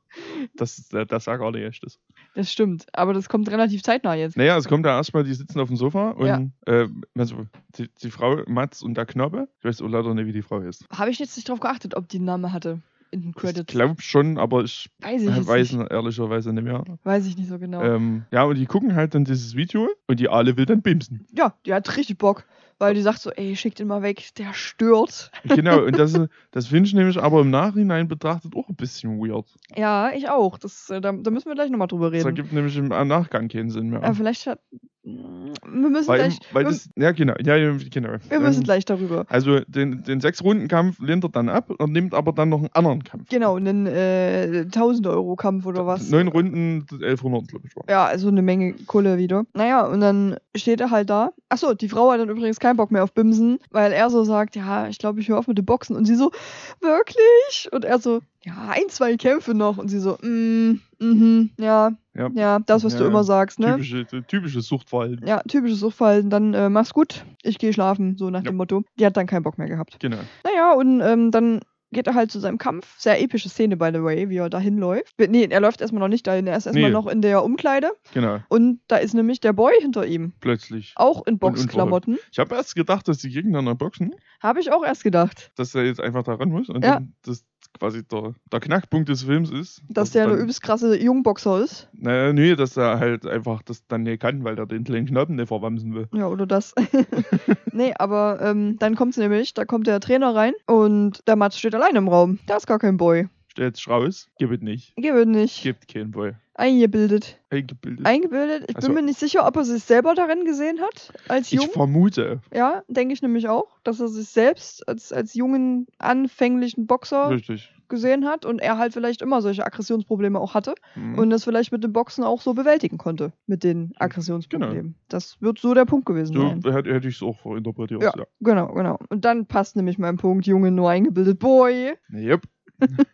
S2: Das, äh, das ja gar nicht echt ist.
S1: Das stimmt, aber das kommt relativ zeitnah jetzt.
S2: Naja, es kommt ja erstmal, die sitzen auf dem Sofa und äh, also die, die Frau Mats und der Knabe, ich weiß auch leider nicht, wie die Frau heißt.
S1: Habe ich jetzt nicht drauf geachtet, ob die einen Namen hatte in den
S2: Ich
S1: Credits.
S2: glaube schon, aber ich
S1: Weiß ich jetzt
S2: weiß
S1: nicht.
S2: ehrlicherweise nicht mehr.
S1: Weiß ich nicht so genau.
S2: Ähm, ja, und die gucken halt dann dieses Video und die Ale will dann bimsen.
S1: Ja, die hat richtig Bock, weil die sagt so, ey, schickt ihn mal weg, der stört.
S2: Genau, und das, das finde ich nämlich aber im Nachhinein betrachtet auch ein bisschen weird.
S1: Ja, ich auch. Das, äh, da, da müssen wir gleich nochmal drüber
S2: Das
S1: reden.
S2: ergibt nämlich im Nachgang keinen Sinn mehr.
S1: Aber vielleicht hat. Mm, Wir müssen
S2: weil,
S1: gleich.
S2: weil
S1: wir,
S2: das, ja, genau. Ja, ja, genau.
S1: wir müssen
S2: Ähm,
S1: gleich darüber.
S2: Also den, den Sechs-Runden-Kampf lehnt er dann ab und nimmt aber dann noch einen anderen Kampf.
S1: Genau, einen äh, 1000-Euro-Kampf oder was.
S2: Neun Runden, 1100, glaube ich. War.
S1: Ja, also eine Menge Kohle wieder. Naja, und dann steht er halt da. Achso, die Frau hat dann übrigens keinen Bock mehr auf Bimsen, weil er so sagt, ja, ich glaube, ich höre auf mit dem Boxen. Und sie so, wirklich? Und er so, ja, ein, zwei Kämpfe noch. Und sie so, mm, mhm, ja,
S2: Ja.
S1: Ja, das, was du
S2: Ja,
S1: immer sagst, ne?
S2: Typische, typisches Suchtverhalten.
S1: Ja, typisches Suchtverhalten. Dann äh, mach's gut, ich gehe schlafen, so nach
S2: Ja.
S1: dem Motto. Die hat dann keinen Bock mehr gehabt.
S2: Genau.
S1: Naja, und ähm, dann geht er halt zu seinem Kampf. Sehr epische Szene, by the way, wie er dahin läuft. Nee, er läuft erstmal noch nicht dahin. Er ist erstmal
S2: Nee.
S1: noch in der Umkleide.
S2: Genau.
S1: Und da ist nämlich der Boy hinter ihm.
S2: Plötzlich.
S1: Auch in
S2: unverrückt.
S1: Boxklamotten.
S2: Ich habe erst gedacht, dass die gegeneinander boxen,
S1: Habe ich auch erst gedacht,
S2: dass er jetzt einfach da ran muss und
S1: Ja.
S2: dann, dass quasi der, der Knackpunkt des Films ist.
S1: dass der
S2: Also dann,
S1: eine übelst krasse Jungboxer ist.
S2: Naja, nee, dass er halt einfach das dann nicht kann, weil er den kleinen Knappen nicht verwamsen will.
S1: Ja, oder das. nee, aber ähm, dann kommt's nämlich, da kommt der Trainer rein und der Mats steht allein im Raum. Da ist gar kein Boy.
S2: Stellt's raus, gibt nicht.
S1: Gibt nicht.
S2: Gibt keinen Boy.
S1: Eingebildet.
S2: Eingebildet.
S1: Eingebildet. Ich
S2: Also-
S1: bin mir nicht sicher, ob er sich selber darin gesehen hat, als
S2: ich
S1: jung.
S2: vermute.
S1: Ja, denke ich nämlich auch, dass er sich selbst als, als jungen, anfänglichen Boxer
S2: Richtig.
S1: gesehen hat und er halt vielleicht immer solche Aggressionsprobleme auch hatte
S2: Mhm.
S1: und das vielleicht mit dem Boxen auch so bewältigen konnte, mit den Aggressionsproblemen. Das wird so der Punkt gewesen
S2: Hm. Genau. so
S1: sein.
S2: hätte, hätte ich es auch verinterpretiert.
S1: Ja.
S2: Ja.
S1: Genau, genau. Und dann passt nämlich mein Punkt, Junge, nur eingebildet, Boy.
S2: Yep.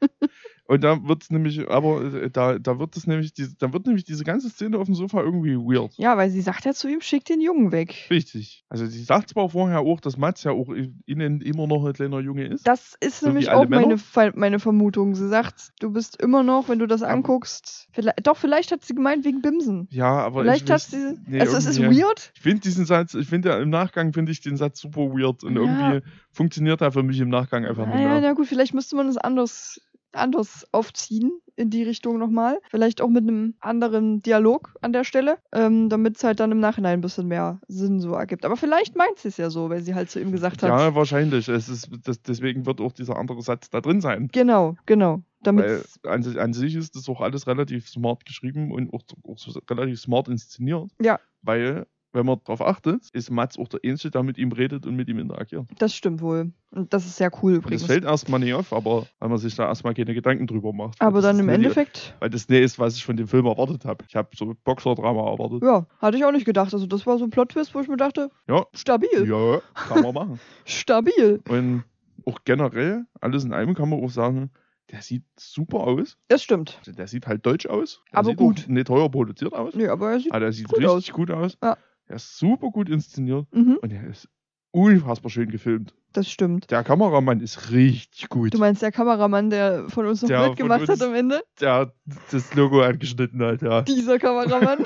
S2: Und da wird es nämlich, aber äh, da, da wird es nämlich, die, da wird nämlich diese ganze Szene auf dem Sofa irgendwie weird.
S1: Ja, weil sie sagt ja zu ihm, schick den Jungen weg.
S2: Richtig. Also sie sagt zwar vorher auch, dass Mats ja auch i- innen immer noch ein kleiner Junge ist.
S1: Das ist
S2: So wie
S1: nämlich
S2: alle
S1: auch meine,
S2: Männer?
S1: Fe- meine Vermutung. Sie sagt, du bist immer noch, wenn du das
S2: Aber-
S1: anguckst. Vielleicht, doch, vielleicht hat sie gemeint wegen Bimsen.
S2: ja, aber
S1: Vielleicht
S2: ich,
S1: hat
S2: weiß-
S1: sie.
S2: nee,
S1: also, es ist
S2: irgendwie-
S1: weird.
S2: Ich finde diesen Satz, ich finde ja im Nachgang finde ich den Satz super weird und
S1: Ja.
S2: irgendwie funktioniert er für mich im Nachgang einfach nicht
S1: Naja,
S2: mehr.
S1: Ah na gut, vielleicht müsste man es anders, anders aufziehen in die Richtung nochmal. Vielleicht auch mit einem anderen Dialog an der Stelle, ähm, damit es halt dann im Nachhinein ein bisschen mehr Sinn so ergibt. Aber vielleicht meint sie es ja so, weil sie halt zu ihm gesagt hat.
S2: Ja, wahrscheinlich. Es ist, das, deswegen wird auch dieser andere Satz da drin sein.
S1: Genau, genau.
S2: Weil
S1: Damit,
S2: an, sich- an sich ist das auch alles relativ smart geschrieben und auch, auch so relativ smart inszeniert.
S1: Ja.
S2: Weil, wenn man darauf achtet, ist Mats auch der Einzige, der mit ihm redet und mit ihm interagiert.
S1: das stimmt wohl. Und das ist sehr cool
S2: Und das
S1: übrigens.
S2: fällt erstmal nicht auf, aber weil man sich da erstmal keine Gedanken drüber macht. Weil
S1: Aber
S2: das
S1: dann
S2: ist
S1: im
S2: nicht die-
S1: Endeffekt,
S2: Weil das nicht ist, was ich von dem Film erwartet habe. Ich habe so Boxer-Drama erwartet.
S1: ja, hatte ich auch nicht gedacht. Also das war so ein Plot-Twist, wo ich mir dachte,
S2: Ja.
S1: stabil,
S2: Ja, kann man machen.
S1: stabil.
S2: Und auch generell, alles in allem kann man auch sagen, der sieht super aus.
S1: Das stimmt.
S2: Also der sieht halt deutsch aus. Der
S1: Aber
S2: sieht
S1: gut.
S2: Auch nicht teuer produziert aus.
S1: Nee, aber er sieht...
S2: Aber der sieht
S1: gut
S2: richtig
S1: aus.
S2: gut aus.
S1: Ja.
S2: Der ist super gut inszeniert
S1: Mhm,
S2: und der ist unfassbar schön gefilmt.
S1: das stimmt.
S2: Der Kameramann ist richtig gut.
S1: Du meinst der Kameramann, der von uns noch
S2: Der
S1: blöd
S2: von
S1: gemacht hat
S2: uns.
S1: am Ende?
S2: der das Logo angeschnitten hat, ja.
S1: Dieser Kameramann.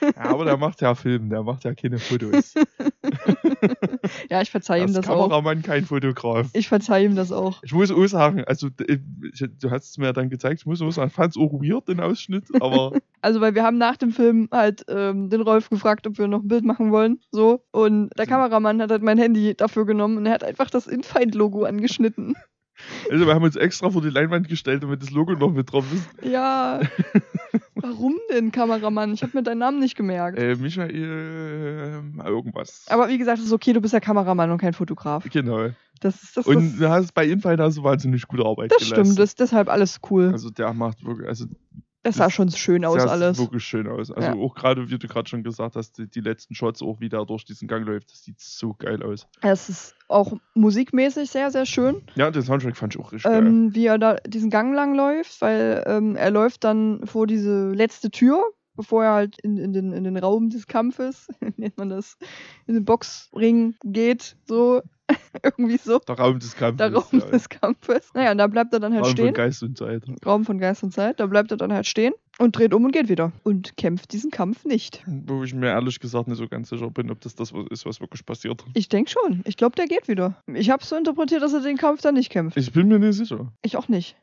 S2: ja. Aber der macht ja Film, der macht ja keine Fotos.
S1: ja, ich verzeihe ihm
S2: Als
S1: das auch.
S2: Kameramann kein Fotograf.
S1: Ich verzeihe ihm das auch.
S2: Ich muss auch sagen, also d- ich, du hast es mir ja dann gezeigt, ich muss auch sagen, fand es auch weird, den Ausschnitt, aber
S1: Also, weil wir haben nach dem Film halt ähm, den Rolf gefragt, ob wir noch ein Bild machen wollen. So. Und der
S2: Mhm.
S1: Kameramann hat halt mein Handy dafür genommen und er hat einfach das Infeind-Logo angeschnitten.
S2: also wir haben uns extra vor die Leinwand gestellt, damit das Logo noch mit drauf ist.
S1: Ja. Warum denn, Kameramann? Ich habe mir deinen Namen nicht gemerkt.
S2: Äh, Michael, ähm, irgendwas.
S1: Aber wie gesagt, es ist okay, du bist ja Kameramann und kein Fotograf.
S2: genau.
S1: Das ist das.
S2: Und du
S1: das
S2: hast bei Infall hast du wahnsinnig gute Arbeit
S1: das
S2: geleistet.
S1: stimmt, das ist deshalb alles cool.
S2: Also der macht wirklich, also
S1: das sah
S2: das-
S1: schon schön aus,
S2: der sieht
S1: alles.
S2: wirklich schön aus. Also
S1: Ja.
S2: auch gerade, wie du gerade schon gesagt hast, die, die letzten Shots, auch wie der durch diesen Gang läuft, das sieht so geil aus.
S1: Es ist auch musikmäßig sehr, sehr schön,
S2: Ja, den Soundtrack fand ich auch richtig geil.
S1: ähm, wie er da diesen Gang lang läuft, weil ähm, er läuft dann vor diese letzte Tür, bevor er halt in, in, den, in den Raum des Kampfes, nennt man das, in den Boxring geht, so irgendwie so,
S2: Der Raum des Kampfes.
S1: der Raum des Kampfes. Naja, und da bleibt er dann halt
S2: Raum von
S1: stehen,
S2: Geist und Zeit.
S1: Raum von Geist und Zeit, da bleibt er dann halt stehen und dreht um und geht wieder und kämpft diesen Kampf nicht.
S2: Wo ich mir ehrlich gesagt nicht so ganz sicher bin, ob das das was ist, was wirklich passiert.
S1: Ich denke schon, ich glaube, der geht wieder. Ich habe so interpretiert, dass er den Kampf dann nicht kämpft.
S2: Ich bin mir nicht sicher.
S1: Ich auch nicht.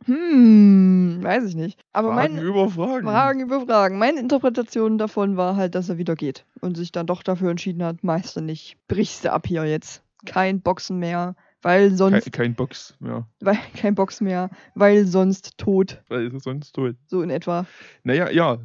S1: Hm, weiß ich nicht. Aber
S2: Fragen
S1: meine
S2: über Fragen.
S1: Fragen über Fragen. Meine Interpretation davon war halt, dass er wieder geht und sich dann doch dafür entschieden hat, Meister nicht. Brichst du ab hier jetzt. Kein Boxen mehr, weil
S2: Kein,
S1: sonst,
S2: kein Box mehr.
S1: weil kein Boxen mehr, weil sonst tot,
S2: Weil ist er sonst tot.
S1: so in etwa.
S2: Naja, ja.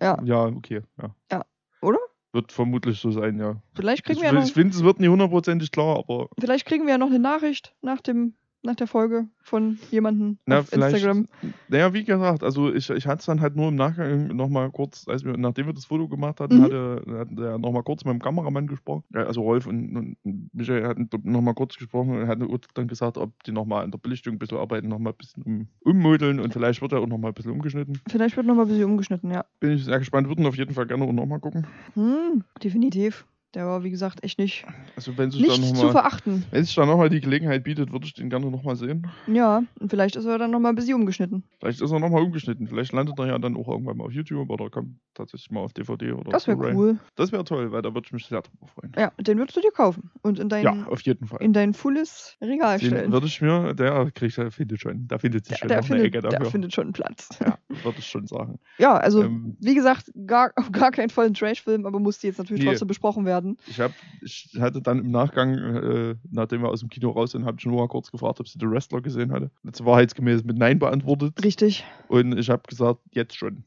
S1: Ja.
S2: Ja, okay. Ja.
S1: Ja. Oder?
S2: Wird vermutlich so sein, ja.
S1: Vielleicht
S2: Ich,
S1: kriegen wir ja noch,
S2: ich finde, es wird nicht hundertprozentig klar, aber
S1: vielleicht kriegen wir ja noch eine Nachricht nach dem nach der Folge von jemandem
S2: Na,
S1: auf
S2: vielleicht-
S1: Instagram.
S2: Naja, wie gesagt, also ich, ich hatte es dann halt nur im Nachgang nochmal kurz, als wir, nachdem wir das Foto gemacht hatten,
S1: Mhm.
S2: hatte, hatten wir nochmal kurz mit dem Kameramann gesprochen. Ja, Also Rolf und, und Michael hatten nochmal kurz gesprochen und hatten uns dann gesagt, ob die nochmal an der Belichtung ein bisschen arbeiten, nochmal ein bisschen um, ummodeln und vielleicht wird er auch nochmal ein bisschen umgeschnitten.
S1: Vielleicht wird noch mal ein bisschen umgeschnitten, ja.
S2: Bin ich sehr gespannt, würden auf jeden Fall gerne auch nochmal gucken.
S1: Hm, definitiv. Der war, wie gesagt, echt nicht,
S2: Also wenn sich dann
S1: nicht zu
S2: nochmal.
S1: verachten.
S2: Wenn sich da nochmal die Gelegenheit bietet, würde ich den gerne nochmal sehen.
S1: Ja, und vielleicht ist er dann noch mal ein bisschen umgeschnitten.
S2: Vielleicht ist er nochmal umgeschnitten. Vielleicht landet er ja dann auch irgendwann mal auf YouTube oder kommt tatsächlich mal auf DVD oder
S1: Das wäre
S2: Blu-ray.
S1: cool.
S2: Das wäre toll, weil da würde ich mich sehr drüber freuen.
S1: Ja, den würdest du dir kaufen und in dein,
S2: Ja, auf jeden Fall.
S1: in dein fulles Regal
S2: Den
S1: stellen.
S2: würde ich mir, der kriegt, der findet schon, da findet sich
S1: der,
S2: schon
S1: der,
S2: noch eine Ecke
S1: findet, der
S2: dafür.
S1: findet schon einen Platz.
S2: ja, würde ich schon sagen.
S1: Ja, also,
S2: Ähm,
S1: wie gesagt, gar, auf gar keinen Fall ein Trash-Film, aber musste jetzt natürlich
S2: Nee.
S1: trotzdem besprochen werden.
S2: ich, hab, ich hatte dann im Nachgang, äh, nachdem wir aus dem Kino raus sind, habe ich nur mal kurz gefragt, ob sie The Wrestler gesehen hatte. Das wahrheitsgemäß mit Nein beantwortet.
S1: Richtig.
S2: Und ich habe gesagt, jetzt schon.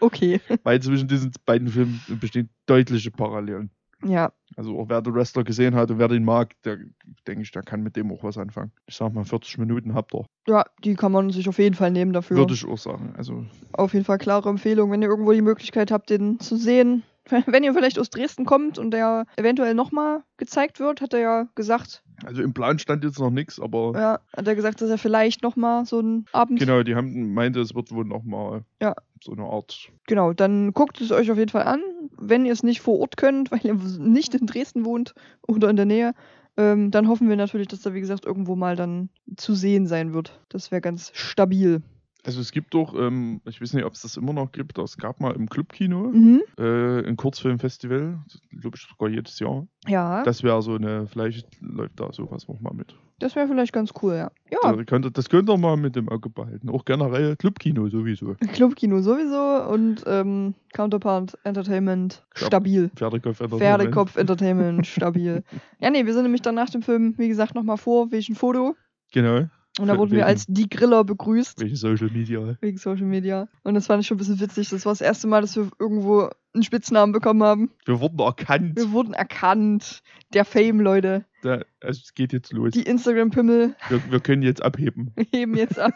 S1: Okay.
S2: Weil zwischen diesen beiden Filmen bestehen deutliche Parallelen.
S1: Ja,
S2: Also auch wer The Wrestler gesehen hat und wer den mag, der denke ich, der kann mit dem auch was anfangen. Ich sag mal, 40 Minuten habt ihr.
S1: ja, die kann man sich auf jeden Fall nehmen dafür.
S2: Würde ich auch sagen. Also
S1: Auf jeden Fall klare Empfehlung, wenn ihr irgendwo die Möglichkeit habt, den zu sehen. Wenn ihr vielleicht aus Dresden kommt und der eventuell nochmal gezeigt wird, hat er ja gesagt,
S2: Also im Plan stand jetzt noch nichts, aber
S1: ja, hat er gesagt, dass er vielleicht nochmal so einen Abend.
S2: genau, die haben meinte, es wird wohl nochmal
S1: Ja.
S2: so eine Art.
S1: Genau, dann guckt es euch auf jeden Fall an. Wenn ihr es nicht vor Ort könnt, weil ihr nicht in Dresden wohnt oder in der Nähe, ähm, dann hoffen wir natürlich, dass er, wie gesagt, irgendwo mal dann zu sehen sein wird. Das wäre ganz stabil.
S2: Also es gibt doch, ähm, ich weiß nicht, ob es das immer noch gibt, aber es gab mal im Clubkino
S1: Mhm.
S2: äh, ein Kurzfilmfestival, glaube ich sogar jedes Jahr.
S1: Ja, das,
S2: Das wäre so eine, vielleicht läuft da sowas auch mal mit.
S1: wäre vielleicht ganz cool, ja. Ja,
S2: Da könnte, das könnt ihr mal mit dem Auge behalten. Auch generell Clubkino sowieso.
S1: Clubkino sowieso und ähm, Counterpart Entertainment
S2: Ja.
S1: stabil.
S2: Pferdekopf.
S1: Pferdekopf Entertainment stabil. Ja, nee, wir sind nämlich dann nach dem Film, wie gesagt, nochmal vor, welchen Foto.
S2: Genau.
S1: Und da
S2: Für-
S1: wurden wir
S2: wegen-
S1: als die Griller begrüßt.
S2: Welche Social Media.
S1: wegen Social Media. Und das fand ich schon ein bisschen witzig. Das war das erste Mal, dass wir irgendwo einen Spitznamen bekommen haben.
S2: Wir wurden erkannt.
S1: Wir wurden erkannt. Der Fame, Leute.
S2: Da, also es geht jetzt los.
S1: Die Instagram-Pimmel
S2: Wir, wir können jetzt abheben.
S1: heben jetzt ab.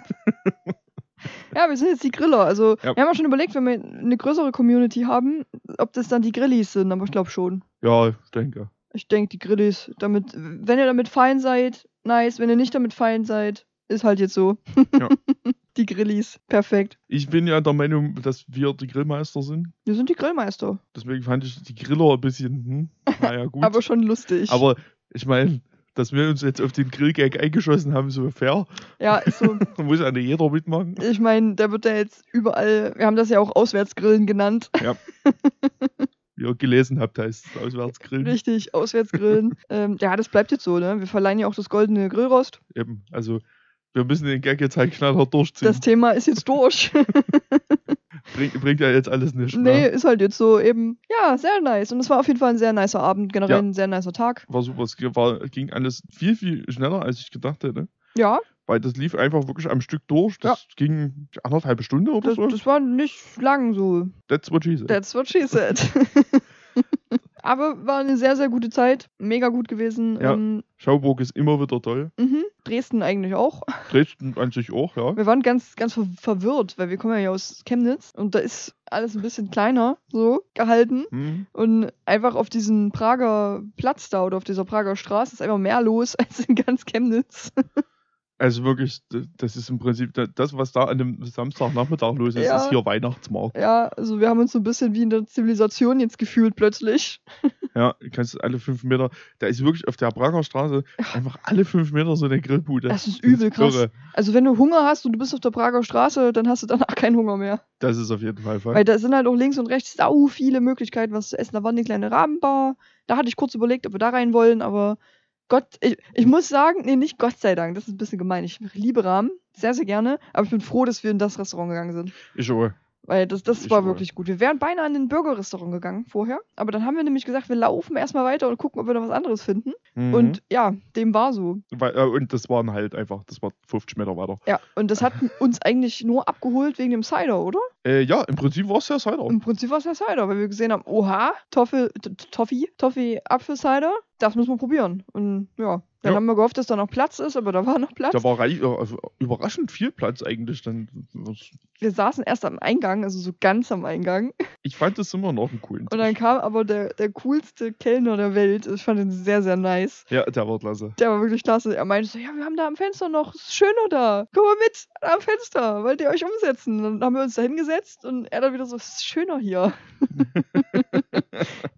S1: ja, wir sind jetzt die Griller. Also,
S2: Ja.
S1: wir haben ja schon überlegt, wenn wir eine größere Community haben, ob das dann die Grillis sind. Aber ich glaube schon.
S2: Ja, ich denke.
S1: Ich denke, die Grillis. Damit, wenn ihr damit fein seid, nice. Wenn ihr nicht damit fein seid, ist halt jetzt so.
S2: Ja.
S1: die Grillis. Perfekt.
S2: Ich bin ja der Meinung, dass wir die Grillmeister sind.
S1: Wir sind die Grillmeister.
S2: Deswegen fand ich die Griller ein bisschen, hm, naja, gut.
S1: Aber schon lustig.
S2: Aber ich meine, dass wir uns jetzt auf den Grillgag eingeschossen haben, so fair.
S1: ja, ist so.
S2: Da muss ja nicht jeder mitmachen.
S1: Ich meine, da wird ja jetzt überall, wir haben das ja auch Auswärtsgrillen genannt.
S2: Wie ihr gelesen habt, heißt es Auswärtsgrillen.
S1: Richtig, Auswärtsgrillen. ähm, ja, das bleibt jetzt so, ne? Wir verleihen ja auch das goldene Grillrost.
S2: Eben. Also, wir müssen den Gag jetzt halt knallhart durchziehen.
S1: Das Thema ist jetzt durch.
S2: Bring, bringt ja jetzt alles nicht.
S1: nee,
S2: Ne?
S1: ist halt jetzt so eben. Ja, sehr nice. Und es war auf jeden Fall ein sehr nicer Abend, generell
S2: Ja.
S1: ein sehr nicer Tag.
S2: War super. Es war, ging alles viel, viel schneller, als ich gedacht hätte.
S1: Ja,
S2: Weil das lief einfach wirklich am Stück durch. Das ging anderthalb Stunden oder
S1: das,
S2: so.
S1: das war nicht lang so.
S2: That's what she said.
S1: That's what she said. Aber war eine sehr, sehr gute Zeit. Mega gut gewesen.
S2: Ja.
S1: Ähm,
S2: Schauburg ist immer wieder toll.
S1: mhm. Dresden eigentlich auch.
S2: Dresden an sich auch, ja.
S1: Wir waren ganz, ganz ver verwirrt, weil wir kommen ja aus Chemnitz und da ist alles ein bisschen kleiner so gehalten.
S2: Hm.
S1: Und einfach auf diesem Prager Platz da oder auf dieser Prager Straße ist einfach mehr los als in ganz Chemnitz.
S2: Also wirklich, d- das ist im Prinzip da- das, was da an dem Samstagnachmittag los ist,
S1: Ja.
S2: ist hier Weihnachtsmarkt.
S1: Ja, also wir haben uns so ein bisschen wie in der Zivilisation jetzt gefühlt plötzlich.
S2: Ja, du kannst alle fünf Meter, da ist wirklich auf der Prager Straße einfach alle fünf Meter so eine Grillbude.
S1: Das ist übel krass.
S2: irre.
S1: Also wenn du Hunger hast und du bist auf der Prager Straße, dann hast du danach keinen Hunger mehr.
S2: Das ist auf jeden Fall voll.
S1: Weil da sind halt auch links und rechts sau viele Möglichkeiten, was zu essen. Da war eine kleine Rahmenbar. Da hatte ich kurz überlegt, ob wir da rein wollen, aber Gott, ich, ich muss sagen, nee, nicht Gott sei Dank, das ist ein bisschen gemein. Ich liebe Rahmen, sehr, sehr gerne, aber ich bin froh, dass wir in das Restaurant gegangen sind.
S2: Ich auch.
S1: Weil das, das
S2: Ich
S1: war
S2: wohl.
S1: wirklich gut. Wir wären beinahe in ein Burgerrestaurant gegangen vorher, aber dann haben wir nämlich gesagt, wir laufen erstmal weiter und gucken, ob wir noch was anderes finden.
S2: Mhm.
S1: Und ja, dem war so.
S2: Weil, äh, und das waren halt einfach, das war 50 Meter weiter.
S1: Ja, und das hat uns eigentlich nur abgeholt wegen dem Cider, oder?
S2: Äh, ja, im Prinzip war es ja Cider.
S1: Im Prinzip war es ja Cider, weil wir gesehen haben, oha, Toffee, T- T- Toffee, Toffee, Apfelcider, das müssen wir probieren. Und ja, Dann
S2: Ja.
S1: haben wir gehofft, dass da noch Platz ist, aber da war noch Platz.
S2: Da war rei- äh, also überraschend viel Platz eigentlich. Dann,
S1: wir saßen erst am Eingang, also so ganz am Eingang.
S2: ich fand das immer noch einen coolen
S1: Und dann
S2: Tisch.
S1: kam aber der, der coolste Kellner der Welt. Ich fand ihn sehr, sehr nice.
S2: Ja, der war klasse.
S1: Der war wirklich klasse. Er meinte so, ja, wir haben da am Fenster noch, ist schöner da. Komm mal mit, am Fenster, wollt ihr euch umsetzen? Dann haben wir uns da hingesetzt und er dann wieder so, es ist schöner hier.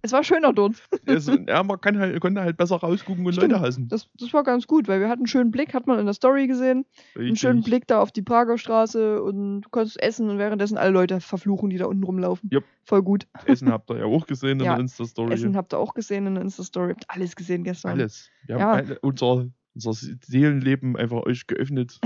S1: es war schöner dort.
S2: Also, ja, man kann halt, konnte halt besser rausgucken und
S1: Stimmt.
S2: Leute hassen.
S1: Das, das war ganz gut, weil wir hatten einen schönen Blick, hat man in der Story gesehen. Einen schönen
S2: Richtig.
S1: Blick da auf die Prager Straße und du konntest essen und währenddessen alle Leute verfluchen, die da unten rumlaufen.
S2: Jupp.
S1: Voll gut.
S2: Essen habt ihr ja auch gesehen in
S1: Ja,
S2: der Insta-Story.
S1: Essen habt ihr auch gesehen in der Insta-Story. Habt alles gesehen gestern.
S2: Alles. Wir
S1: Ja.
S2: haben alle, unser, unser Seelenleben einfach euch geöffnet.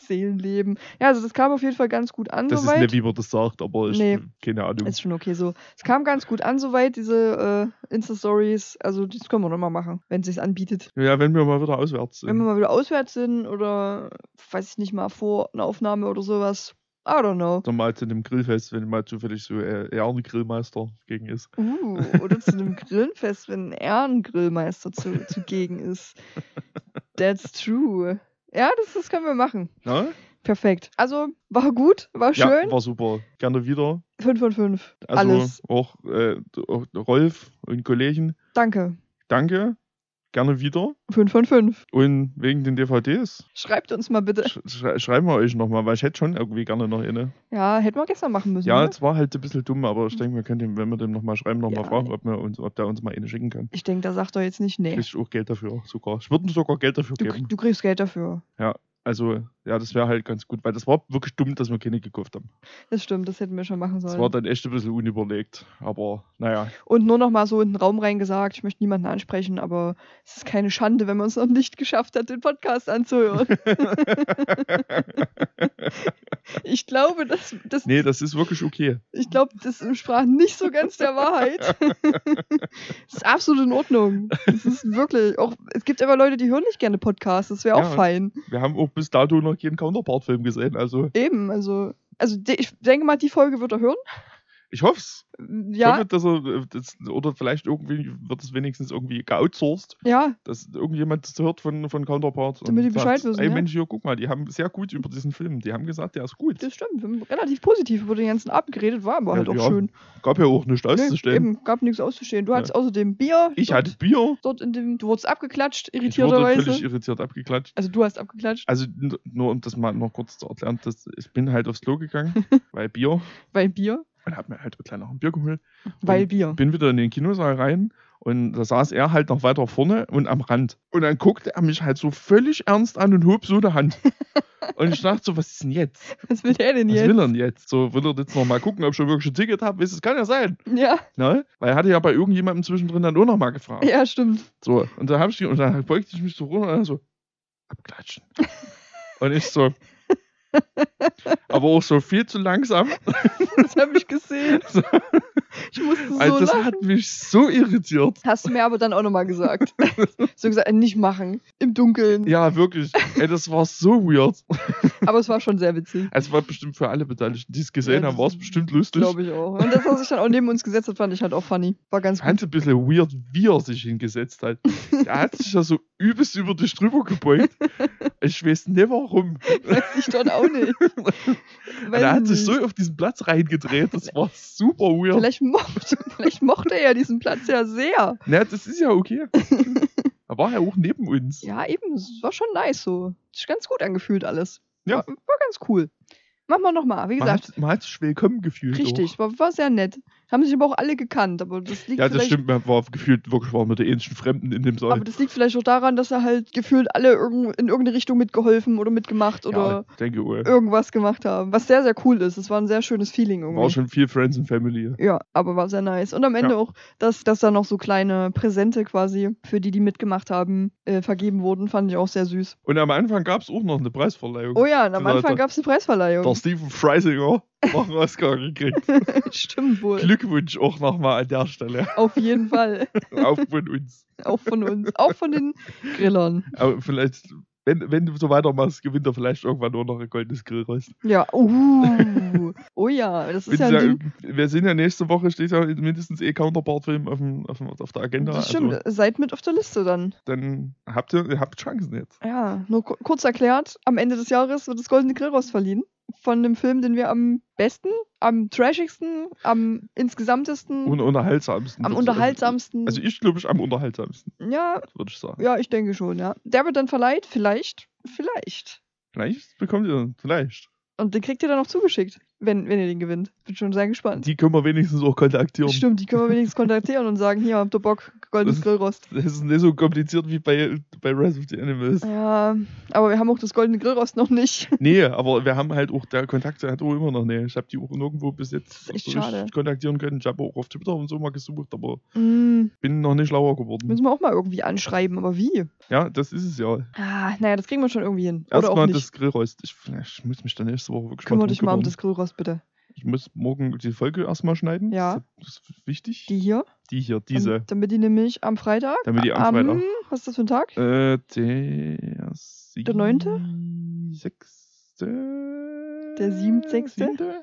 S1: Seelenleben. Ja, also das kam auf jeden Fall ganz gut an
S2: Das ist
S1: soweit.
S2: nicht, wie man das sagt, aber ich,
S1: Nee.
S2: keine Ahnung.
S1: Ist schon okay so. Es kam ganz gut an soweit, diese äh, Insta-Stories. Also das können wir nochmal machen, wenn es sich anbietet.
S2: ja, wenn wir mal wieder auswärts sind.
S1: Wenn wir mal wieder auswärts sind oder, weiß ich nicht, mal vor einer Aufnahme oder sowas. I don't know.
S2: Oder mal zu einem Grillfest, wenn mal zufällig so äh, Erne Grillmeister gegen ist.
S1: Uh, oder zu einem Grillenfest, wenn ein Ehrengrillmeister zu, zugegen ist. That's true. Ja, das, das können wir machen.
S2: Na?
S1: Perfekt. Also war gut, war schön.
S2: Ja, war super. Gerne wieder.
S1: 5 von 5.
S2: Also
S1: Alles.
S2: Auch, äh, auch Rolf und Kollegen,
S1: Danke.
S2: danke. Gerne wieder.
S1: 5 von 5.
S2: Und wegen den DVDs,
S1: Schreibt uns mal bitte.
S2: sch sch- schreiben wir euch nochmal, weil ich hätte schon irgendwie gerne noch eine.
S1: Ja, hätten wir gestern machen müssen.
S2: Ja,
S1: ne?
S2: es war halt ein bisschen dumm, aber ich denke, wir können dem, wenn wir dem nochmal schreiben, nochmal
S1: Ja.
S2: fragen, ob, wir uns, ob der uns mal eine schicken kann.
S1: Ich denke, da sagt er jetzt nicht, nee.
S2: Krieg ich auch Geld dafür, sogar. Ich würde ihm sogar Geld dafür
S1: Du,
S2: geben.
S1: du kriegst Geld dafür.
S2: Also, ja, das wäre halt ganz gut, weil das war wirklich dumm, dass wir keine gekauft haben.
S1: Das stimmt, das hätten wir schon machen
S2: Das war
S1: sollen.
S2: dann echt ein bisschen unüberlegt, aber naja.
S1: Und nur noch mal so in den Raum reingesagt, ich möchte niemanden ansprechen, aber es ist keine Schande, wenn man es noch nicht geschafft hat, den Podcast anzuhören. ich glaube, das, das,
S2: Nee, das ist wirklich okay.
S1: ich glaube, das entsprach nicht so ganz der Wahrheit. das ist absolut in Ordnung. Das ist wirklich, auch, es gibt aber Leute, die hören nicht gerne Podcasts, das wäre auch
S2: Ja.
S1: fein.
S2: Wir haben auch bis dato noch keinen Counterpart-Film gesehen, also
S1: Eben, also, also de- ich denke mal, die Folge wird er hören.
S2: ich hoff's. Ich
S1: Ja,
S2: hoffe, dass er, äh, das, oder vielleicht irgendwie wird es wenigstens irgendwie geoutsourced,
S1: ja,
S2: dass irgendjemand das hört von, von Counterpart. und
S1: Damit die Bescheid
S2: sagt,
S1: wissen,
S2: Ey
S1: ja."
S2: Mensch, hier, guck mal, die haben sehr gut über diesen Film. Die haben gesagt, der ist gut.
S1: Das stimmt, wir haben relativ positiv über den ganzen Abend geredet, war aber
S2: Ja,
S1: halt auch
S2: ja,
S1: schön.
S2: Gab ja auch nichts
S1: Nee,
S2: auszustellen.
S1: eben, gab nichts auszustehen. Du hattest außerdem Bier.
S2: ich
S1: dort,
S2: hatte Bier.
S1: Dort in dem, du wurdest abgeklatscht,
S2: Ich wurde völlig
S1: irritierterweise.
S2: irritiert abgeklatscht.
S1: Also du hast abgeklatscht,
S2: Also n- nur um das mal noch kurz zu erklären, das, ich bin halt aufs Klo gegangen, weil Bier,
S1: weil Bier.
S2: und hab mir halt gleich noch ein Bier geholt.
S1: Weil Bier.
S2: Bin wieder in den Kinosaal rein und da saß er halt noch weiter vorne und am Rand. Und dann guckte er mich halt so völlig ernst an und hob so die Hand. Und ich dachte so, was ist denn jetzt?
S1: Was will der denn
S2: Was
S1: jetzt?
S2: will er denn jetzt? So, will er jetzt nochmal gucken, ob ich schon wirklich ein Ticket habe? Es kann ja sein.
S1: Ja,
S2: Ne? Weil er hatte ja bei irgendjemandem zwischendrin dann auch nochmal gefragt.
S1: ja, stimmt.
S2: So, und dann, hab ich, und dann beugte ich mich so runter und dann so, abklatschen. und ich so, aber auch so viel zu langsam.
S1: Das habe ich gesehen.
S2: So.
S1: Ich musste so
S2: also das
S1: lachen.
S2: hat mich so irritiert.
S1: Hast du mir aber dann auch nochmal gesagt. so gesagt, äh, nicht machen. Im Dunkeln.
S2: Ja, wirklich. Ey, das war so weird.
S1: Aber es war schon sehr witzig.
S2: Es war bestimmt für alle Beteiligten, die es gesehen
S1: Ja,
S2: haben,
S1: das
S2: war es bestimmt lustig.
S1: Glaube ich auch. Und dass er sich dann auch neben uns gesetzt hat, fand ich halt auch funny. War ganz
S2: Ich
S1: gut.
S2: fand ein bisschen weird, wie er sich hingesetzt hat. Er hat sich ja so übelst über dich drüber gebeugt. Ich weiß nicht warum.
S1: Weiß ich dort auch nicht.
S2: Und
S1: Weiß
S2: er hat
S1: ich
S2: sich
S1: nicht.
S2: so auf diesen Platz reingedreht. Das war super weird.
S1: Vielleicht mochte, vielleicht mochte er ja diesen Platz ja sehr.
S2: Na, das ist ja okay. Er war ja auch neben uns.
S1: Ja, eben, es war schon nice so. Hat sich ganz gut angefühlt alles.
S2: Ja.
S1: War, war ganz cool. Machen wir nochmal, wie
S2: man,
S1: gesagt.
S2: hat, man hat sich willkommen gefühlt.
S1: Richtig, war, war sehr nett. Haben sich aber auch alle gekannt, aber das
S2: Auch.
S1: liegt
S2: Ja, das
S1: vielleicht.
S2: stimmt. Man war gefühlt wirklich war mit den ähnlichen Fremden in dem Saal.
S1: Aber das liegt vielleicht auch daran, dass er halt gefühlt alle irgend, in irgendeine Richtung mitgeholfen oder mitgemacht oder
S2: ja, ich denke, oh,
S1: irgendwas gemacht haben. Was sehr, sehr cool ist. Es war ein sehr schönes Feeling irgendwie.
S2: war schon viel Friends and Family.
S1: Ja, aber war sehr nice. Und am Ende auch, dass, dass da noch so kleine Präsente quasi für die, die mitgemacht haben, äh, vergeben wurden, fand ich auch sehr süß.
S2: Und am Anfang gab es auch noch eine Preisverleihung.
S1: Oh ja, und am
S2: Leute.
S1: Anfang gab es eine
S2: Der
S1: Preisverleihung.
S2: Steven Freisinger hat noch einen Oscar gekriegt.
S1: Stimmt wohl.
S2: Glückwunsch auch nochmal an der Stelle.
S1: Auf jeden Fall.
S2: Auch von uns.
S1: Auch von uns. Auch von den Grillern.
S2: Aber vielleicht Wenn, wenn du so weitermachst, gewinnt er vielleicht irgendwann nur noch ein goldenes Grillrost.
S1: Ja, uh. Oh ja, das ist
S2: Bin
S1: ja
S2: sehr-
S1: ein Ding.
S2: wir sind ja nächste Woche, steht ja mindestens eh Counterpart-Film auf, dem, auf, dem, auf der Agenda.
S1: Das stimmt,
S2: Also,
S1: seid mit auf der Liste dann.
S2: dann habt ihr, ihr habt Chancen jetzt.
S1: Ja, nur ku- kurz erklärt, am Ende des Jahres wird das Goldene Grillrost verliehen. Von dem Film, den wir am besten, am trashigsten, am insgesamtesten,
S2: Und unterhaltsamsten.
S1: am
S2: Also-
S1: unterhaltsamsten.
S2: Also ich glaube ich am unterhaltsamsten,
S1: ja,
S2: würde ich sagen.
S1: ja, ich denke schon, ja. Der wird dann verleiht, vielleicht, vielleicht.
S2: Vielleicht bekommt ihr, vielleicht.
S1: Und den kriegt ihr dann noch zugeschickt, wenn, wenn ihr den gewinnt. Bin schon sehr gespannt.
S2: Die können wir wenigstens auch kontaktieren.
S1: Stimmt, die können wir wenigstens kontaktieren und sagen, hier, habt ihr Bock, goldenes
S2: Das-
S1: Grillrost.
S2: Das ist nicht so kompliziert wie bei, bei Rise of the Animals.
S1: Ja, aber wir haben auch das goldene Grillrost noch nicht.
S2: Nee, aber wir haben halt auch, der Kontakt hat auch immer noch nicht. Ich habe die auch nirgendwo bis jetzt
S1: Das ist echt
S2: so richtig
S1: schade.
S2: kontaktieren können. Ich habe auch auf Twitter und so mal gesucht, aber
S1: Mm,
S2: bin noch nicht schlauer geworden.
S1: müssen wir auch mal irgendwie anschreiben, aber wie?
S2: Ja, das ist es ja.
S1: Ah, naja, das kriegen wir schon irgendwie hin. Oder auch
S2: Erstmal
S1: nicht.
S2: das Grillrost. Ich, ich muss mich dann nächste Woche wirklich
S1: Kümmere
S2: drum
S1: dich mal um
S2: kümmern.
S1: das Grillrost, bitte.
S2: Ich muss morgen die Folge erstmal schneiden.
S1: Ja.
S2: Das ist wichtig.
S1: Die hier.
S2: Die hier, diese.
S1: Damit, damit die nämlich am Freitag.
S2: Damit die am Freitag.
S1: Was ist das für ein Tag?
S2: Äh, der. Sie
S1: Der neunte?
S2: Sechste.
S1: Der siebt- sechste?
S2: Siebte?